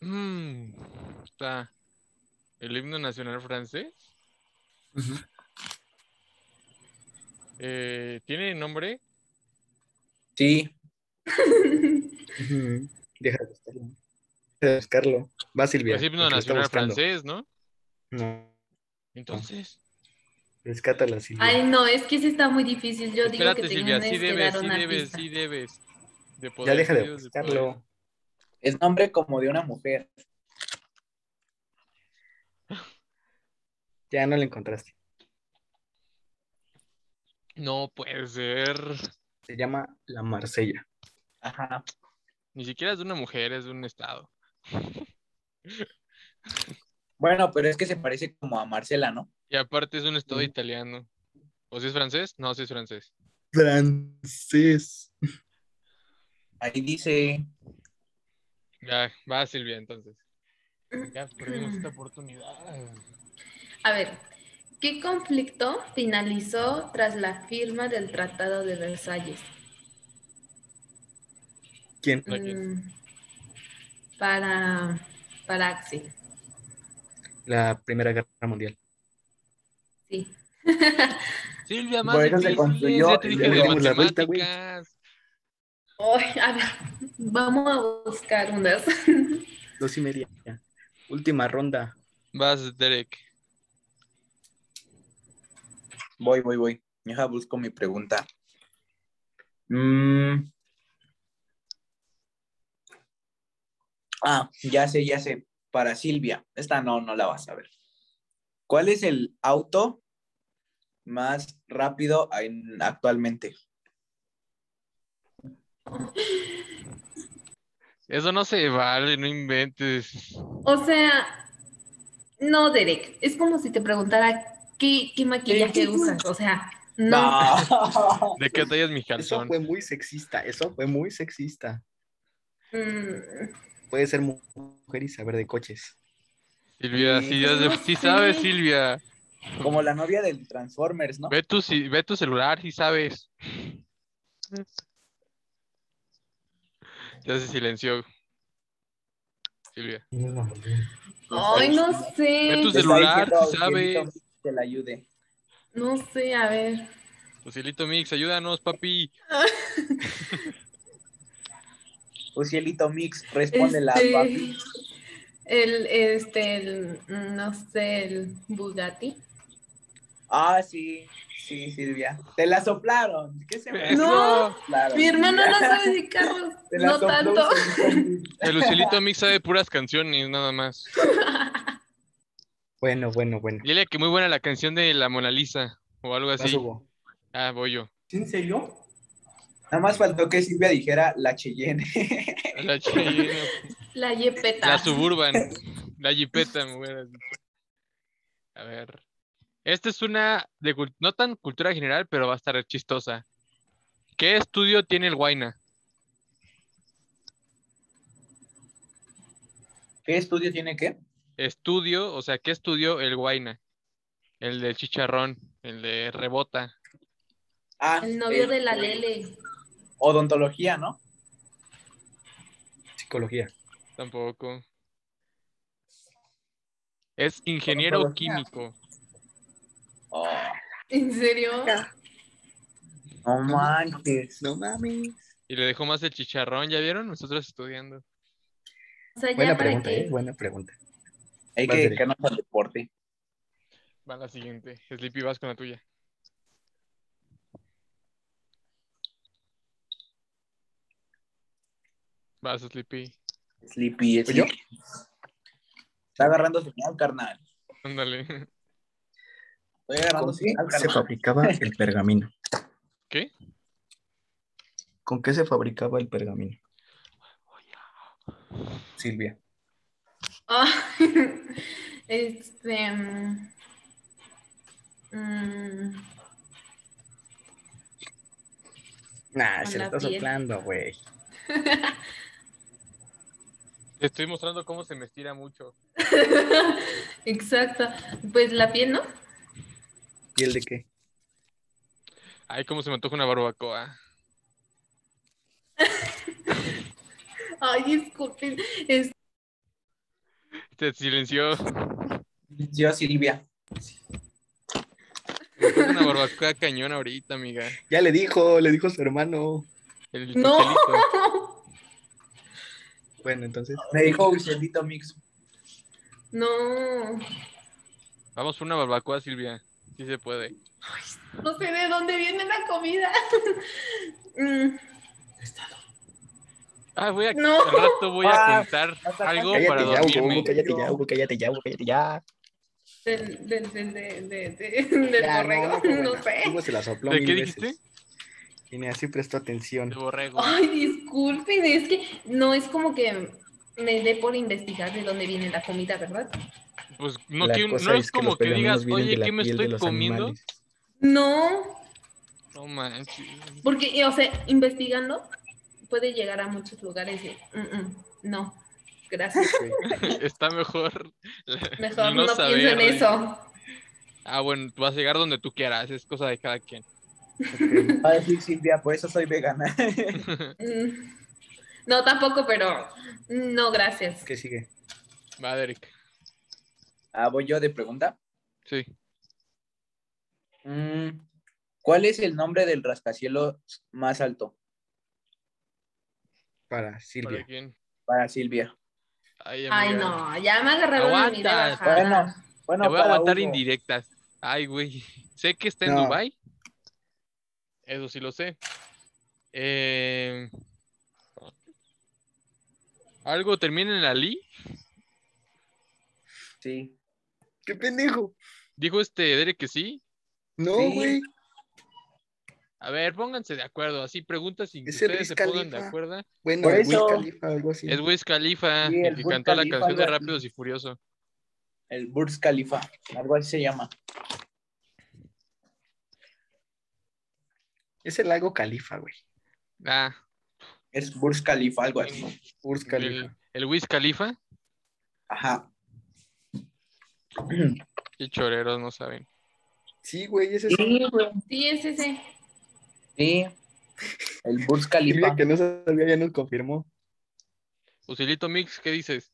A: Mm, está. El himno nacional francés. Eh, ¿Tiene nombre?
D: Sí.
E: Deja de buscarlo. Deja de buscarlo. Va, Silvia.
A: Es himno
E: porque lo está
A: nacional
E: buscando.
A: francés, ¿no?
E: No.
A: Entonces,
E: Rescátala, Silvia.
C: Ay, no, es que sí está muy difícil. Yo digo
A: espérate,
C: que
A: Silvia,
C: tengan
A: sí
C: que
A: debes,
C: dar
A: sí
C: una
A: debes,
C: pista.
A: sí debes. De
E: ya
A: poder,
E: deja de
A: Dios, poder.
E: buscarlo.
D: Es nombre como de una mujer.
E: Ya no lo encontraste.
A: No puede ser.
E: Se llama La Marsella.
D: Ajá.
A: Ni siquiera es de una mujer, es de un estado.
D: Bueno, pero es que se parece como a Marcela, ¿no?
A: Y aparte es un estado
E: Mm.
A: italiano. ¿O si es francés? No, si es francés.
E: Francés.
D: Ahí dice.
A: Ya, va Silvia, entonces. Ya perdimos esta oportunidad.
C: A ver, ¿qué conflicto finalizó tras la firma del Tratado de Versalles?
E: ¿Quién?
A: ¿Para quién?
C: Mm, para, para Axel,
E: La Primera Guerra Mundial.
C: sí.
A: Silvia,
D: más Por eso se difíciles, construyó
A: ya te dije
E: el-
A: de
E: damos la vuelta, güey.
A: matemáticas.
C: Ay, a ver, vamos a buscar unas.
E: Dos y media. Última ronda.
A: Vas, Derek.
D: Voy, voy, voy. Deja, busco mi pregunta. Mm. Ah, ya sé, ya sé. Para Silvia. Esta no, no la vas a ver. ¿Cuál es el auto más rápido en- actualmente?
A: Eso no se vale, no inventes.
C: O sea, no, Derek, es como si te preguntara qué, qué maquillaje usas. O sea, no.
A: ¿De qué talla es mi
E: Eso
A: calzón?
E: fue muy sexista. Eso fue muy sexista.
C: Mm,
E: Puede ser mu- mujer y saber de coches.
A: Silvia,
D: Sí,
A: si ya
C: no
A: se- sí
C: sé.
A: sabes, Silvia.
D: Como la novia del Transformers, ¿no?
A: Ve tu, ci- ve tu celular, si sabes. Ya se silenció. Silvia.
C: Ay, no
A: Ve tu
C: sé.
D: Le está
A: celular,
D: diciendo
A: si
D: a Angelito
A: sabes.
D: Que la ayude.
C: No sé, a ver.
A: Lucilito Mix, ayúdanos, papi.
D: Ucielito Pues, Mix, responde la
C: Este,
D: papi.
C: El, este, el, mm, no sé, el Bugatti.
D: Ah, sí, sí, Silvia. Te la soplaron. ¿Qué se me
A: Eso.
D: soplaron?
C: Mi hermano no sabe de carros,
D: Te la
C: no
D: sopló
C: tanto.
D: Ucielito Mix.
A: El Lucilito Mix sabe puras canciones, nada más.
E: Bueno, bueno, bueno.
A: Dile que muy buena la canción de la Mona Lisa o algo
E: Vas,
A: así.
E: Hugo.
A: Ah, voy yo.
E: ¿En serio?
D: Nada más faltó que Silvia dijera la Cheyenne.
A: La, Cheyenne,
C: La Yepeta.
A: la Suburban, la Jeepeta, me voy a decir. A ver. Esta es una de cul- no tan cultura general, pero va a estar chistosa. ¿Qué estudio tiene el Guaina?
D: ¿Qué estudio tiene qué?
A: Estudio, o sea, ¿qué estudio el Guaina? El del chicharrón, el de rebota.
D: Ah,
C: El novio
D: este,
C: de la Lele.
D: Odontología, ¿no?
E: Psicología.
A: Tampoco. Es ingeniero
D: Odontología.
A: químico.
D: Oh,
C: ¿En serio?
D: no manches.
E: No mames.
A: Y le dejó más el chicharrón, ¿ya vieron? Nosotros estudiando.
C: O sea,
E: Buena
C: ya para
E: pregunta,
C: que.
E: ¿eh? Buena pregunta.
D: Hay
E: Vas,
D: que
E: Derek.
D: quedarnos al deporte.
A: Va la siguiente. Sleepy, vas con la tuya. Vas, Sleepy.
D: Sleepy,
E: ¿Soy yo?
D: Sleepy. ¿Pues Está agarrando señal, carnal.
A: Ándale.
D: Estoy agarrando
E: ¿Con qué
D: señal,
E: se
D: carnal.
E: fabricaba el pergamino?
A: ¿Qué?
E: ¿Con qué se fabricaba el pergamino? Silvia.
C: Ah, este. mm, mm,
E: Nah,
C: Con
E: se la
C: la
E: está
C: piel.
E: soplando, güey.
A: Te estoy mostrando cómo se me estira mucho.
C: Exacto. Pues la piel, ¿no?
E: ¿Piel de qué?
A: Ay, cómo se me antoja una barbacoa.
C: Ay, disculpen. Es-
A: Se silenció.
D: Yo, Silvia.
A: Me antoja una barbacoa cañón ahorita, amiga.
E: Ya le dijo, le dijo a su hermano.
A: El
C: No.
A: Joselito.
E: Bueno, entonces.
D: Me dijo Ucielito Mix.
C: No.
A: Vamos por una barbacoa, Silvia. Sí se puede.
C: No sé de dónde viene la comida. Mm,
A: Ah, voy a.
C: No.
A: Al rato voy a
D: Ah,
A: contar
D: hasta
A: algo para
E: Cállate ya, Hugo,
A: dormirme.
E: cállate ya, Hugo, cállate ya, Hugo, cállate ya.
C: del del, del, del, del- del- del
E: Ya,
C: borrego,
E: pues,
C: no
E: bueno,
C: sé.
E: Hugo se la sopló
A: ¿De
E: mil
A: qué
E: veces.
A: dijiste?
E: Y ni así prestó atención.
A: De borrego.
C: Ay, disculpen, es que no es como que me dé por investigar de dónde viene la comida, ¿verdad?
A: Pues no,
E: La
A: que-
E: cosa
A: no es
E: los
A: como que
E: peruanos
A: digas,
E: vienen de
A: oye,
E: la
A: ¿qué me
E: piel de
A: estoy
E: los
A: comiendo?
E: animales.
C: No,
A: No manches.
C: Porque, eh, o sea, investigando puede llegar a muchos lugares y "Mm, mm, no, gracias.
A: Está mejor. la-
C: Mejor
A: no
C: no, pienso
A: saber.
C: en eso.
A: Ah, bueno, tú vas a llegar donde tú quieras. Es cosa de cada quien.
E: Ok.
D: Va a decir Silvia, por eso soy vegana.
C: Mm, No, tampoco, pero mm, no, gracias.
E: ¿Qué sigue?
A: Va, Derek.
D: ah, voy yo de pregunta.
A: Sí.
D: Mm, ¿Cuál es el nombre del rascacielos más alto
E: Para
A: ¿Para
E: Silvia.
A: quién?
D: para Silvia?
A: Ay,
C: Ay,
A: amiga.
C: no, ya me agarraron la
A: Aguanta,
C: mirada.
D: bueno. Bueno,
A: Te voy a
D: para
A: aguantar
D: Hugo.
A: indirectas. Ay, güey. Sé que está en
E: No.
A: Dubai. Eso sí lo sé. Eh, Algo termina en Ali.
D: Sí.
E: ¡Qué pendejo!
A: Dijo este Derek que sí.
E: No,
D: Sí.
E: güey.
A: A ver, pónganse de acuerdo. Así preguntas sin que
E: Es el
A: ustedes se
E: Wiz
A: pongan de
E: Khalifa.
A: acuerdo.
E: Bueno,
D: Por
E: el Wiz
D: eso.
E: Khalifa, algo así.
A: Es Wiz Khalifa,
D: Sí,
A: el,
D: el
A: que
D: Wiz
A: cantó la
D: Khalifa,
A: canción de
D: algo así.
A: Rápidos y Furioso.
D: El Burj Khalifa, algo así se llama.
E: Es el lago Khalifa, güey.
A: Ah,
D: Es Burj Khalifa, algo así.
E: Urs
A: el,
E: Khalifa.
A: el Wiz Khalifa.
D: Ajá.
A: Qué choreros, no saben.
E: Sí, güey, ese es
D: Sí, güey.
C: Sí, es ese.
D: Sí. El Burj Khalifa.
E: Silvia que no sabía, ya nos confirmó.
A: Usilito Mix, ¿qué dices?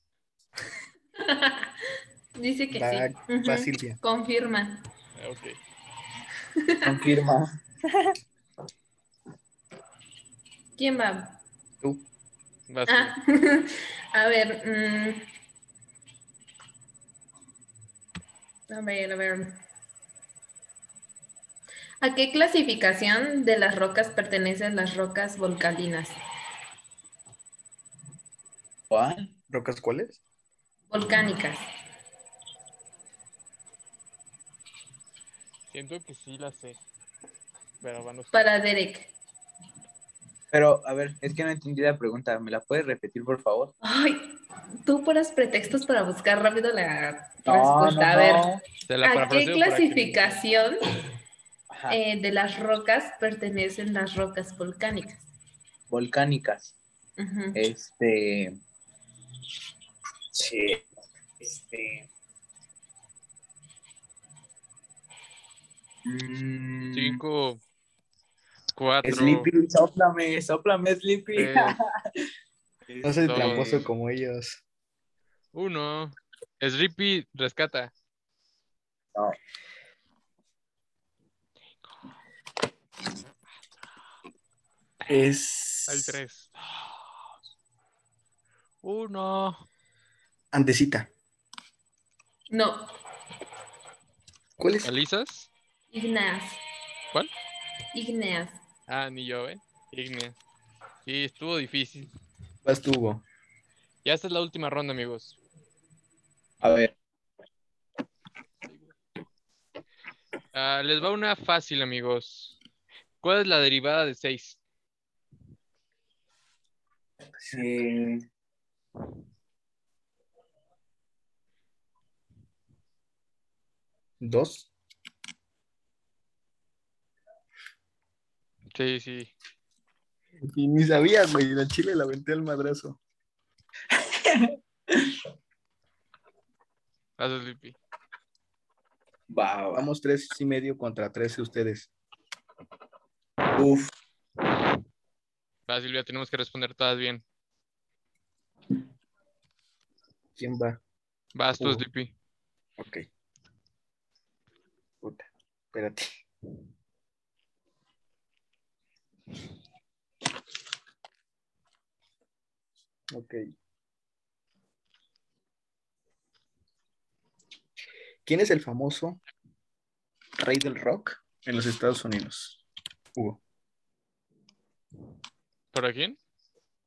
C: Dice que
E: Va-
C: sí. Ujú.
E: Va Silvia.
C: Confirma.
A: Ah, Ok.
D: Confirma.
C: ¿Quién va?
E: Tú.
A: Vas,
C: Ah, a ver. mm. A ver, a ver. ¿A qué clasificación de las rocas pertenecen las rocas volcánicas?
D: ¿Cuál?
E: ¿Rocas cuáles?
C: Volcánicas.
A: Siento que sí la sé. Pero bueno.
C: Para Derek.
D: Pero, a ver, es que no entendí la pregunta. ¿Me la puedes repetir, por favor?
C: Ay, tú pones pretextos para buscar rápido la respuesta. a ver.
A: Te la
C: ¿A qué
A: parafraseo para que-
C: clasificación
D: Ajá.
C: eh, de las rocas pertenecen las rocas volcánicas?
D: Volcánicas.
C: Ujú.
D: Eh, Este. Sí. Este. Mm,
A: Cinco, cuatro,
D: Sleepy, soplame, soplame, Sleepy.
A: tres,
E: No soy
A: dos,
E: tramposo como ellos.
A: uno. Sleepy rescata.
D: No.
E: Es.
A: Hay tres. Uno.
E: Andesita.
C: No,
E: ¿Cuál es?
A: ¿Alisas?
C: Igneas.
A: ¿Cuál?
C: Igneas.
A: Ah, ni yo, ¿eh? Ignea. Sí, estuvo difícil.
E: Vas tú, Hugo.
A: Ya esta es la última ronda, amigos.
D: A ver,
A: Ah, les va una fácil, amigos. ¿Cuál es la derivada de seis?
D: eh,
E: Dos.
A: Sí, sí.
E: Y ni sabía, güey. La chile la aventé al madrazo.
A: Vas, Sleepy.
D: va, va.
E: Vamos tres y medio contra tres ustedes.
D: Uf,
A: Vas, Silvia, tenemos que responder todas bien.
E: ¿Quién va?
A: Vas tú,
E: Uh.
A: Sleepy.
E: Ok. Puta. Espérate. Ok. ¿Quién es el famoso rey del rock en los Estados Unidos? Hugo,
A: ¿Para quién?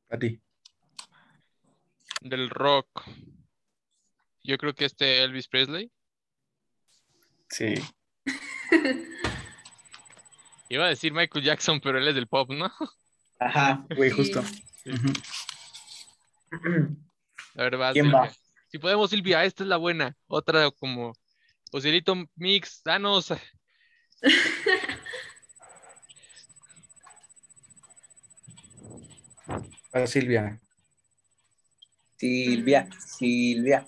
E: a ti.
A: Del rock. Yo creo que este Elvis Presley.
E: Sí.
A: Iba a decir Michael Jackson, pero él es del pop, ¿no?
D: Ajá.
E: Güey, justo. Ujú.
A: A ver, vas,
D: ¿Quién va?
A: Silvia. Si podemos, Silvia, esta es la buena. Otra como Osielito Mix, Ah, danos.
E: Para Silvia.
D: Silvia, Silvia.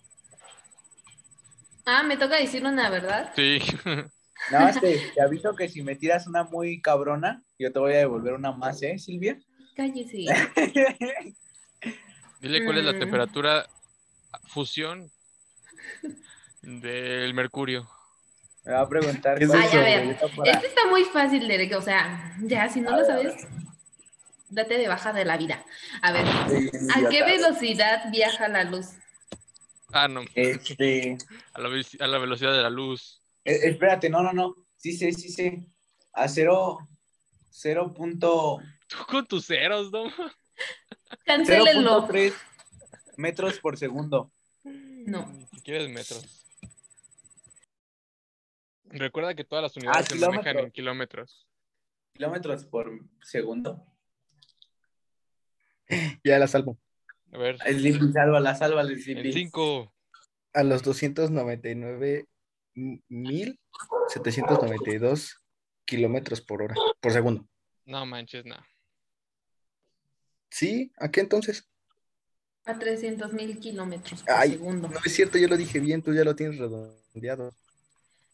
C: Ah, me toca decir una verdad.
A: Sí.
D: Nada más este, te, te aviso que si me tiras una muy cabrona, yo te voy a devolver una más, ¿eh, Silvia?
C: Cállese.
A: Dile cuál es la
C: Mm.
A: temperatura fusión del mercurio.
D: Me va a preguntar.
E: ¿Qué es
D: cuál
E: eso?
D: la
E: Ay, a
C: ver.
D: pregunta para-
C: Este está muy fácil, Derek. O sea, ya, si no lo sabes, date de baja de la vida. A ver,
D: Ah,
C: ¿a qué velocidad viaja la luz?
A: Ah, no,
D: Este,
A: a la, veci- a la velocidad de la luz.
D: Eh, Espérate, no, no, no. Sí, sí, sí, sí. A cero, cero punto,
A: Tú con tus ceros, ¿no?
D: cero punto
C: Cancélenlo.
D: tres metros por segundo.
C: No.
A: Ni siquiera es metros. Recuerda que todas las
D: Ah,
A: unidades se manejan
D: kilómetros.
A: en kilómetros.
D: Kilómetros por segundo.
E: Ya la salvo.
A: A ver,
D: Slippy, sálvala, sálvala,
A: en
D: Slippy.
A: 5,
E: A los 299.792 kilómetros por hora, por segundo.
A: no manches, no.
E: ¿Sí? ¿A qué entonces?
C: A 300 mil kilómetros por
E: Ay,
C: segundo.
E: No es cierto, yo lo dije bien, tú ya lo tienes redondeado.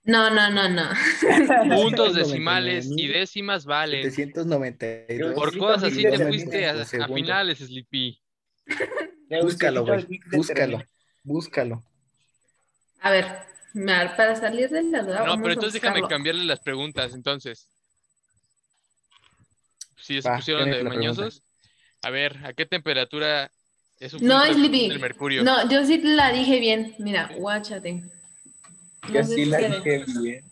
C: No, no, no, no.
A: Puntos decimales y
E: 99,000.
A: décimas valen.
E: 792.
A: Por
D: Sí,
A: cosas así
D: también
A: te
D: ya
A: fuiste a,
E: por
A: a
E: segundo.
A: finales, Sleepy.
D: Necesito
E: Búscalo, güey.
D: el link de
E: Búscalo,
D: termina.
E: búscalo.
C: A ver, Mar, para salir de la duda.
A: No,
C: vamos a
A: pero entonces déjame
C: buscarlo.
A: cambiarle las preguntas, entonces. Si se
E: Va,
A: pusieron
E: tiene
A: de
E: la pregunta.
A: mañosos. A ver, ¿a qué temperatura es un
C: No,
A: punto
C: es Libby.
A: el mercurio?
C: No, yo sí la dije bien. Mira, guáchate. No
D: Yo
C: sé
D: sí
C: si
D: la
C: quedó.
D: dije bien.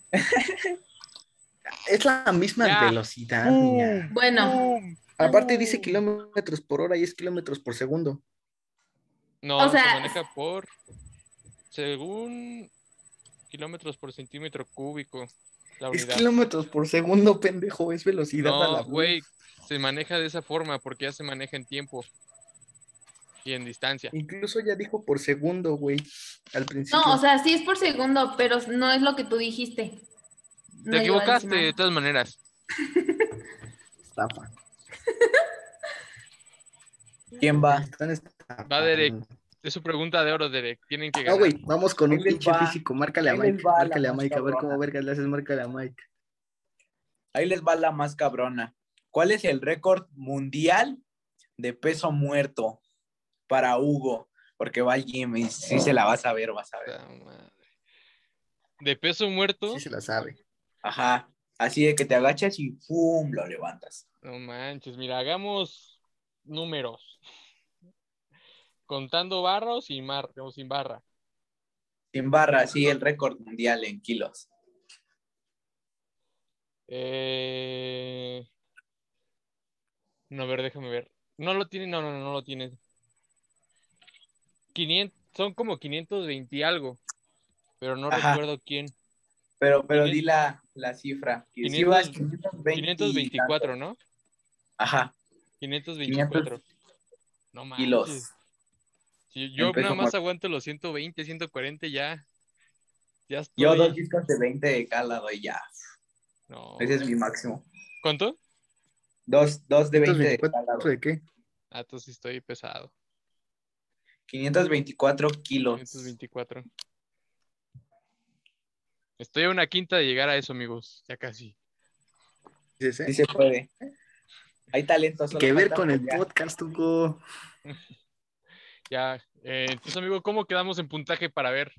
E: Es la misma
A: Ya. Uh,
E: velocidad, niña.
C: Bueno,
E: Aparte dice kilómetros por hora y es kilómetros por segundo.
A: No,
C: O
A: se
C: sea-
A: maneja por según kilómetros por centímetro cúbico la
E: Es
A: unidad.
E: kilómetros por segundo, pendejo, es velocidad a la
A: No,
E: luz.
A: güey, se maneja de esa forma porque ya se maneja en tiempo y en distancia.
E: Incluso ya dijo por segundo, güey, al principio.
C: no, o sea, sí es por segundo, pero no es lo que tú dijiste.
A: Te equivocaste de todas maneras.
E: Estafa.
D: ¿Quién va?
E: Están estafando.
A: Va, Derek. Es su pregunta de oro, Derek. Tienen que
E: No,
A: ganar.
E: Ah, güey, vamos con
D: Ahí
E: un
D: les
E: pinche
D: va.
E: físico. Márcale a
D: Ahí les
E: Mike.
D: va la
E: Márcale a
D: más
E: Mike. A ver
D: cabrona.
E: cómo vergas le haces. Márcale a Mike.
D: Ahí les va la más cabrona. ¿Cuál es el récord mundial de peso muerto para Hugo? Porque va al gym y sí se la vas a ver, vas a ver.
A: Puta Ah, madre. De peso muerto,
E: Sí se la sabe.
D: Ajá. Así de que te agachas y ¡pum! lo levantas.
A: no manches. Mira, hagamos números. Contando barra o sin, mar- o sin barra.
D: Sin barra, sí, el récord mundial en kilos.
A: Eh... No, a ver, déjame ver. No lo tiene, no, no, no, no lo tiene. 500, son como 520 y algo, pero no
D: Ajá.
A: recuerdo quién.
D: Pero, pero
A: Quinien-
D: di la, la cifra. Que si
A: 500
D: vas 520 y
A: 524, ¿no?
D: tanto. Ajá.
A: 524. No manches.
D: kilos.
A: Sí, yo
D: Empezó
A: nada más
D: muerto.
A: aguanto los 120, 140 ya. Ya estoy.
D: Yo dos discos de 20 de cada lado y ya.
A: No.
D: Ese
C: Oh.
D: es mi máximo.
A: ¿Cuánto?
D: Dos, dos de 20 de cada lado.
E: ¿124 de qué?
A: Ah, entonces sí estoy pesado.
D: 524 kilos.
A: 524. Estoy a una quinta de llegar a eso, amigos. Ya casi.
E: Dices, ¿eh?
D: Sí se puede. Hay talento. solo
E: que ver
D: falta
E: con el
D: apoyar.
E: podcast, Hugo.
A: Ya. eh, entonces, amigo, ¿cómo quedamos en puntaje para ver?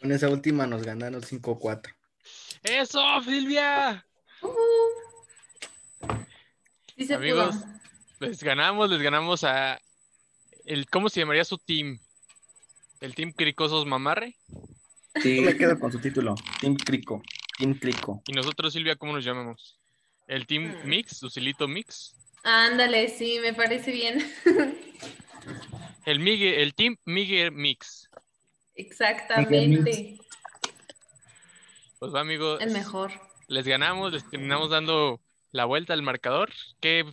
E: Con esa última nos ganaron 5-4.
A: ¡Eso, Silvia!
C: Ujú. Uh-huh. Sí se
A: Amigos.
C: pudo.
A: Les ganamos, les ganamos a. El, ¿Cómo se llamaría su team? ¿El team Cricosos Mamarre?
E: Sí. me quedo con su título. Team Crico. Team Crico.
A: Y nosotros, Silvia, ¿cómo nos llamamos? ¿El Team
C: Ah.
A: Mix? ¿Lucilito Mix?
C: Ándale, sí, me parece bien.
A: El, Migue, el Team Miguel Mix.
C: Exactamente.
A: Pues va, amigos.
C: El mejor.
A: Les ganamos, les terminamos dando la vuelta al marcador. ¿Qué,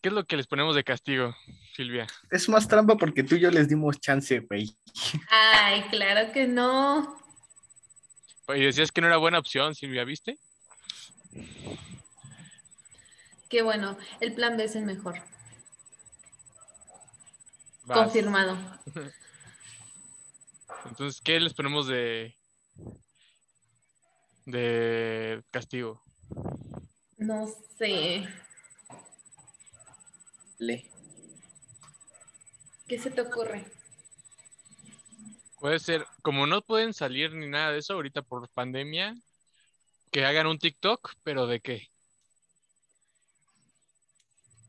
A: qué es lo que les ponemos de castigo, Silvia?
E: Es más trampa porque tú y yo les dimos chance, güey.
C: Ay, claro que no.
A: Y decías que no era buena opción, Silvia, ¿viste?
C: Qué bueno. El plan B es el mejor.
A: Vas.
C: Confirmado.
A: Entonces, ¿qué les ponemos de de castigo?
C: No sé.
D: Le.
C: ¿Qué se te ocurre?
A: Puede ser, como no pueden salir ni nada de eso ahorita por pandemia, que hagan un TikTok, pero ¿de qué?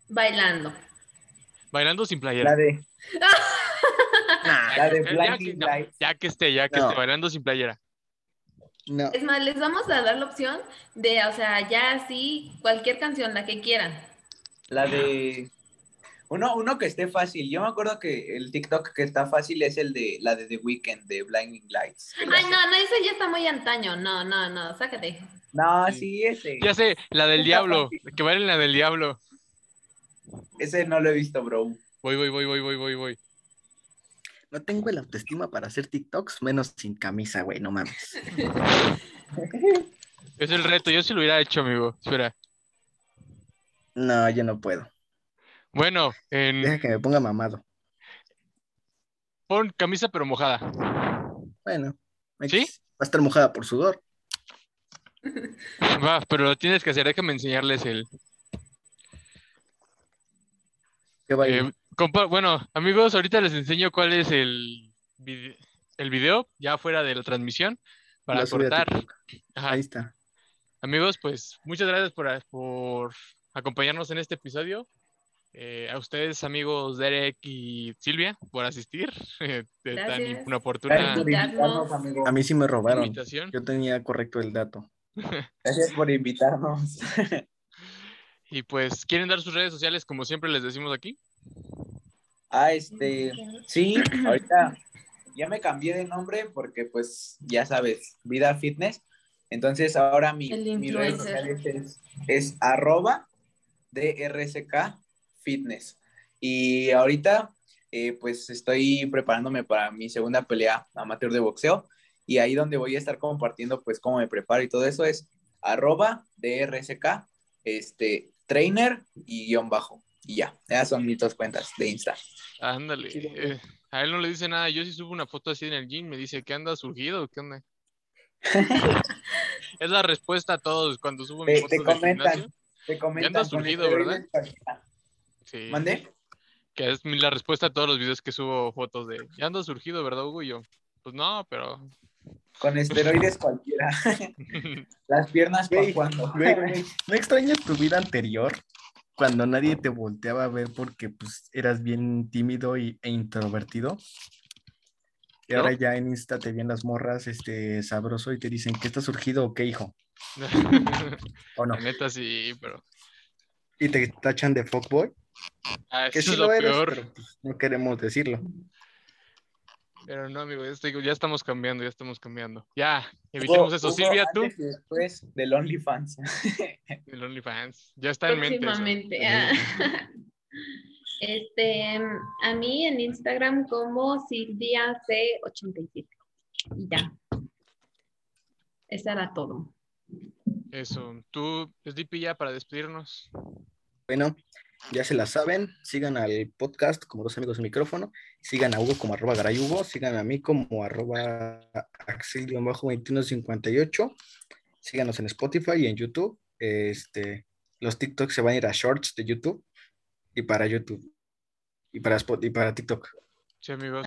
C: Bailando.
A: Bailando sin playera.
D: La de.
E: Nah,
D: la de
A: Ya que-
D: Blinding
A: no,
D: Lights.
A: ya que esté, ya que
E: No.
A: esté, bailando sin playera.
E: no.
C: Es más, les vamos a dar la opción de, o sea, ya así, cualquier canción, la que quieran.
D: La de. Uno, uno que esté fácil. Yo me acuerdo que el TikTok que está fácil es el de la de The Weeknd, de Blinding Lights.
C: Ay, no, no, ese ya está muy antaño. No, no, no, sácate.
D: No, sí, ese.
A: Ya sé, la del
D: Está
A: diablo,
D: fácil.
A: que bailen la del diablo.
D: Ese no lo he visto, bro.
A: Voy, voy, voy, voy, voy, voy, voy.
E: No tengo la autoestima para hacer TikToks, menos sin camisa, güey, no mames.
A: Es el reto, yo sí lo hubiera hecho, amigo. Espera.
E: No, yo no puedo.
A: Bueno, en,
E: Deja que me ponga mamado.
A: pon camisa pero mojada.
E: Bueno.
A: ¿Sí?
E: X. Va a estar mojada por sudor.
A: Va, pero lo tienes que hacer, déjame enseñarles el,
E: ¿Qué baile?
A: Eh, compa- bueno, amigos, ahorita les enseño cuál es el, vide- el video, ya fuera de la transmisión, para
E: Lo subí a
A: cortar.
E: TikTok.
A: Ajá.
E: Ahí está.
A: Amigos, pues muchas gracias por, a- por acompañarnos en este episodio. Eh, a ustedes, amigos Derek y Silvia, por asistir. Eh, de tan
C: Gracias.
A: una oportuna
D: Gracias por invitarnos, amigo.
E: A mí sí me robaron.
A: invitación.
E: Yo tenía correcto el dato.
D: Gracias por invitarnos.
A: Y pues, ¿quieren dar sus redes sociales como siempre les decimos aquí?
D: Ah, este. Sí, ahorita ya me cambié de nombre porque, pues, ya sabes, vida fitness. Entonces, ahora mi,
C: El
D: mi redes
C: influencer.
D: sociales es, es arroba DRSK fitness. Y ahorita, eh, pues, estoy preparándome para mi segunda pelea amateur de boxeo. Y ahí donde voy a estar compartiendo, pues, cómo me preparo y todo eso es arroba DRSK, este, trainer y guión bajo. Y ya, esas son mis dos cuentas de Insta.
A: Ándale.
D: Chido.
A: eh, a él no le dice nada. Yo si subo una foto así en el gym, me dice, ¿qué anda surgido? ¿Qué onda? es la respuesta a todos cuando subo
D: Te-
A: mis
D: te
A: fotos del
D: comentan,
A: gimnasio.
D: Te comentan.
A: andas
D: con
A: surgido,
D: este
A: ¿verdad?
D: virus.
A: Sí,
D: ¿Mande?
A: que es mi- la respuesta a todos los videos que subo fotos de, ¿ya anda surgido, verdad, Hugo? Y yo, pues no, pero...
D: Con esteroides cualquiera. Las piernas
E: Güey,
D: para cuando.
E: güey. ¿No extrañas tu vida anterior? Cuando nadie te volteaba a ver porque pues, eras bien tímido y- e introvertido. Y
A: ¿Yo?
E: ahora ya en Insta te ven las morras este, sabroso y te dicen, ¿qué está surgido o qué hijo? ¿O no?
A: La neta sí, pero...
E: Y te tachan de fuckboy.
A: Ah,
E: Que
A: eso
E: sí
A: es lo,
E: lo eres,
A: peor.
E: pero, pues, no queremos decirlo.
A: Pero no, amigo, ya, te digo, ya estamos cambiando, ya estamos cambiando. Ya, evitemos eso.
D: Hugo,
A: Silvia, tú,
D: antes y Después del OnlyFans.
A: el OnlyFans. Ya está en mente eso.
C: Próximamente. Ah. Este, a mí en Instagram como SilviaC87. Y ya. Eso era todo.
A: Eso. Tú, Sleepy, ya para despedirnos.
E: Bueno, ya se la saben. Sigan al podcast como dos amigos en micrófono. Sigan a Hugo como arroba Garay Hugo. Sigan a mí como arroba Axel-2158. Síganos en Spotify y en YouTube. Este, los TikToks se van a ir a Shorts de YouTube y para YouTube y para, Spot- y para TikTok.
A: Sí, amigos.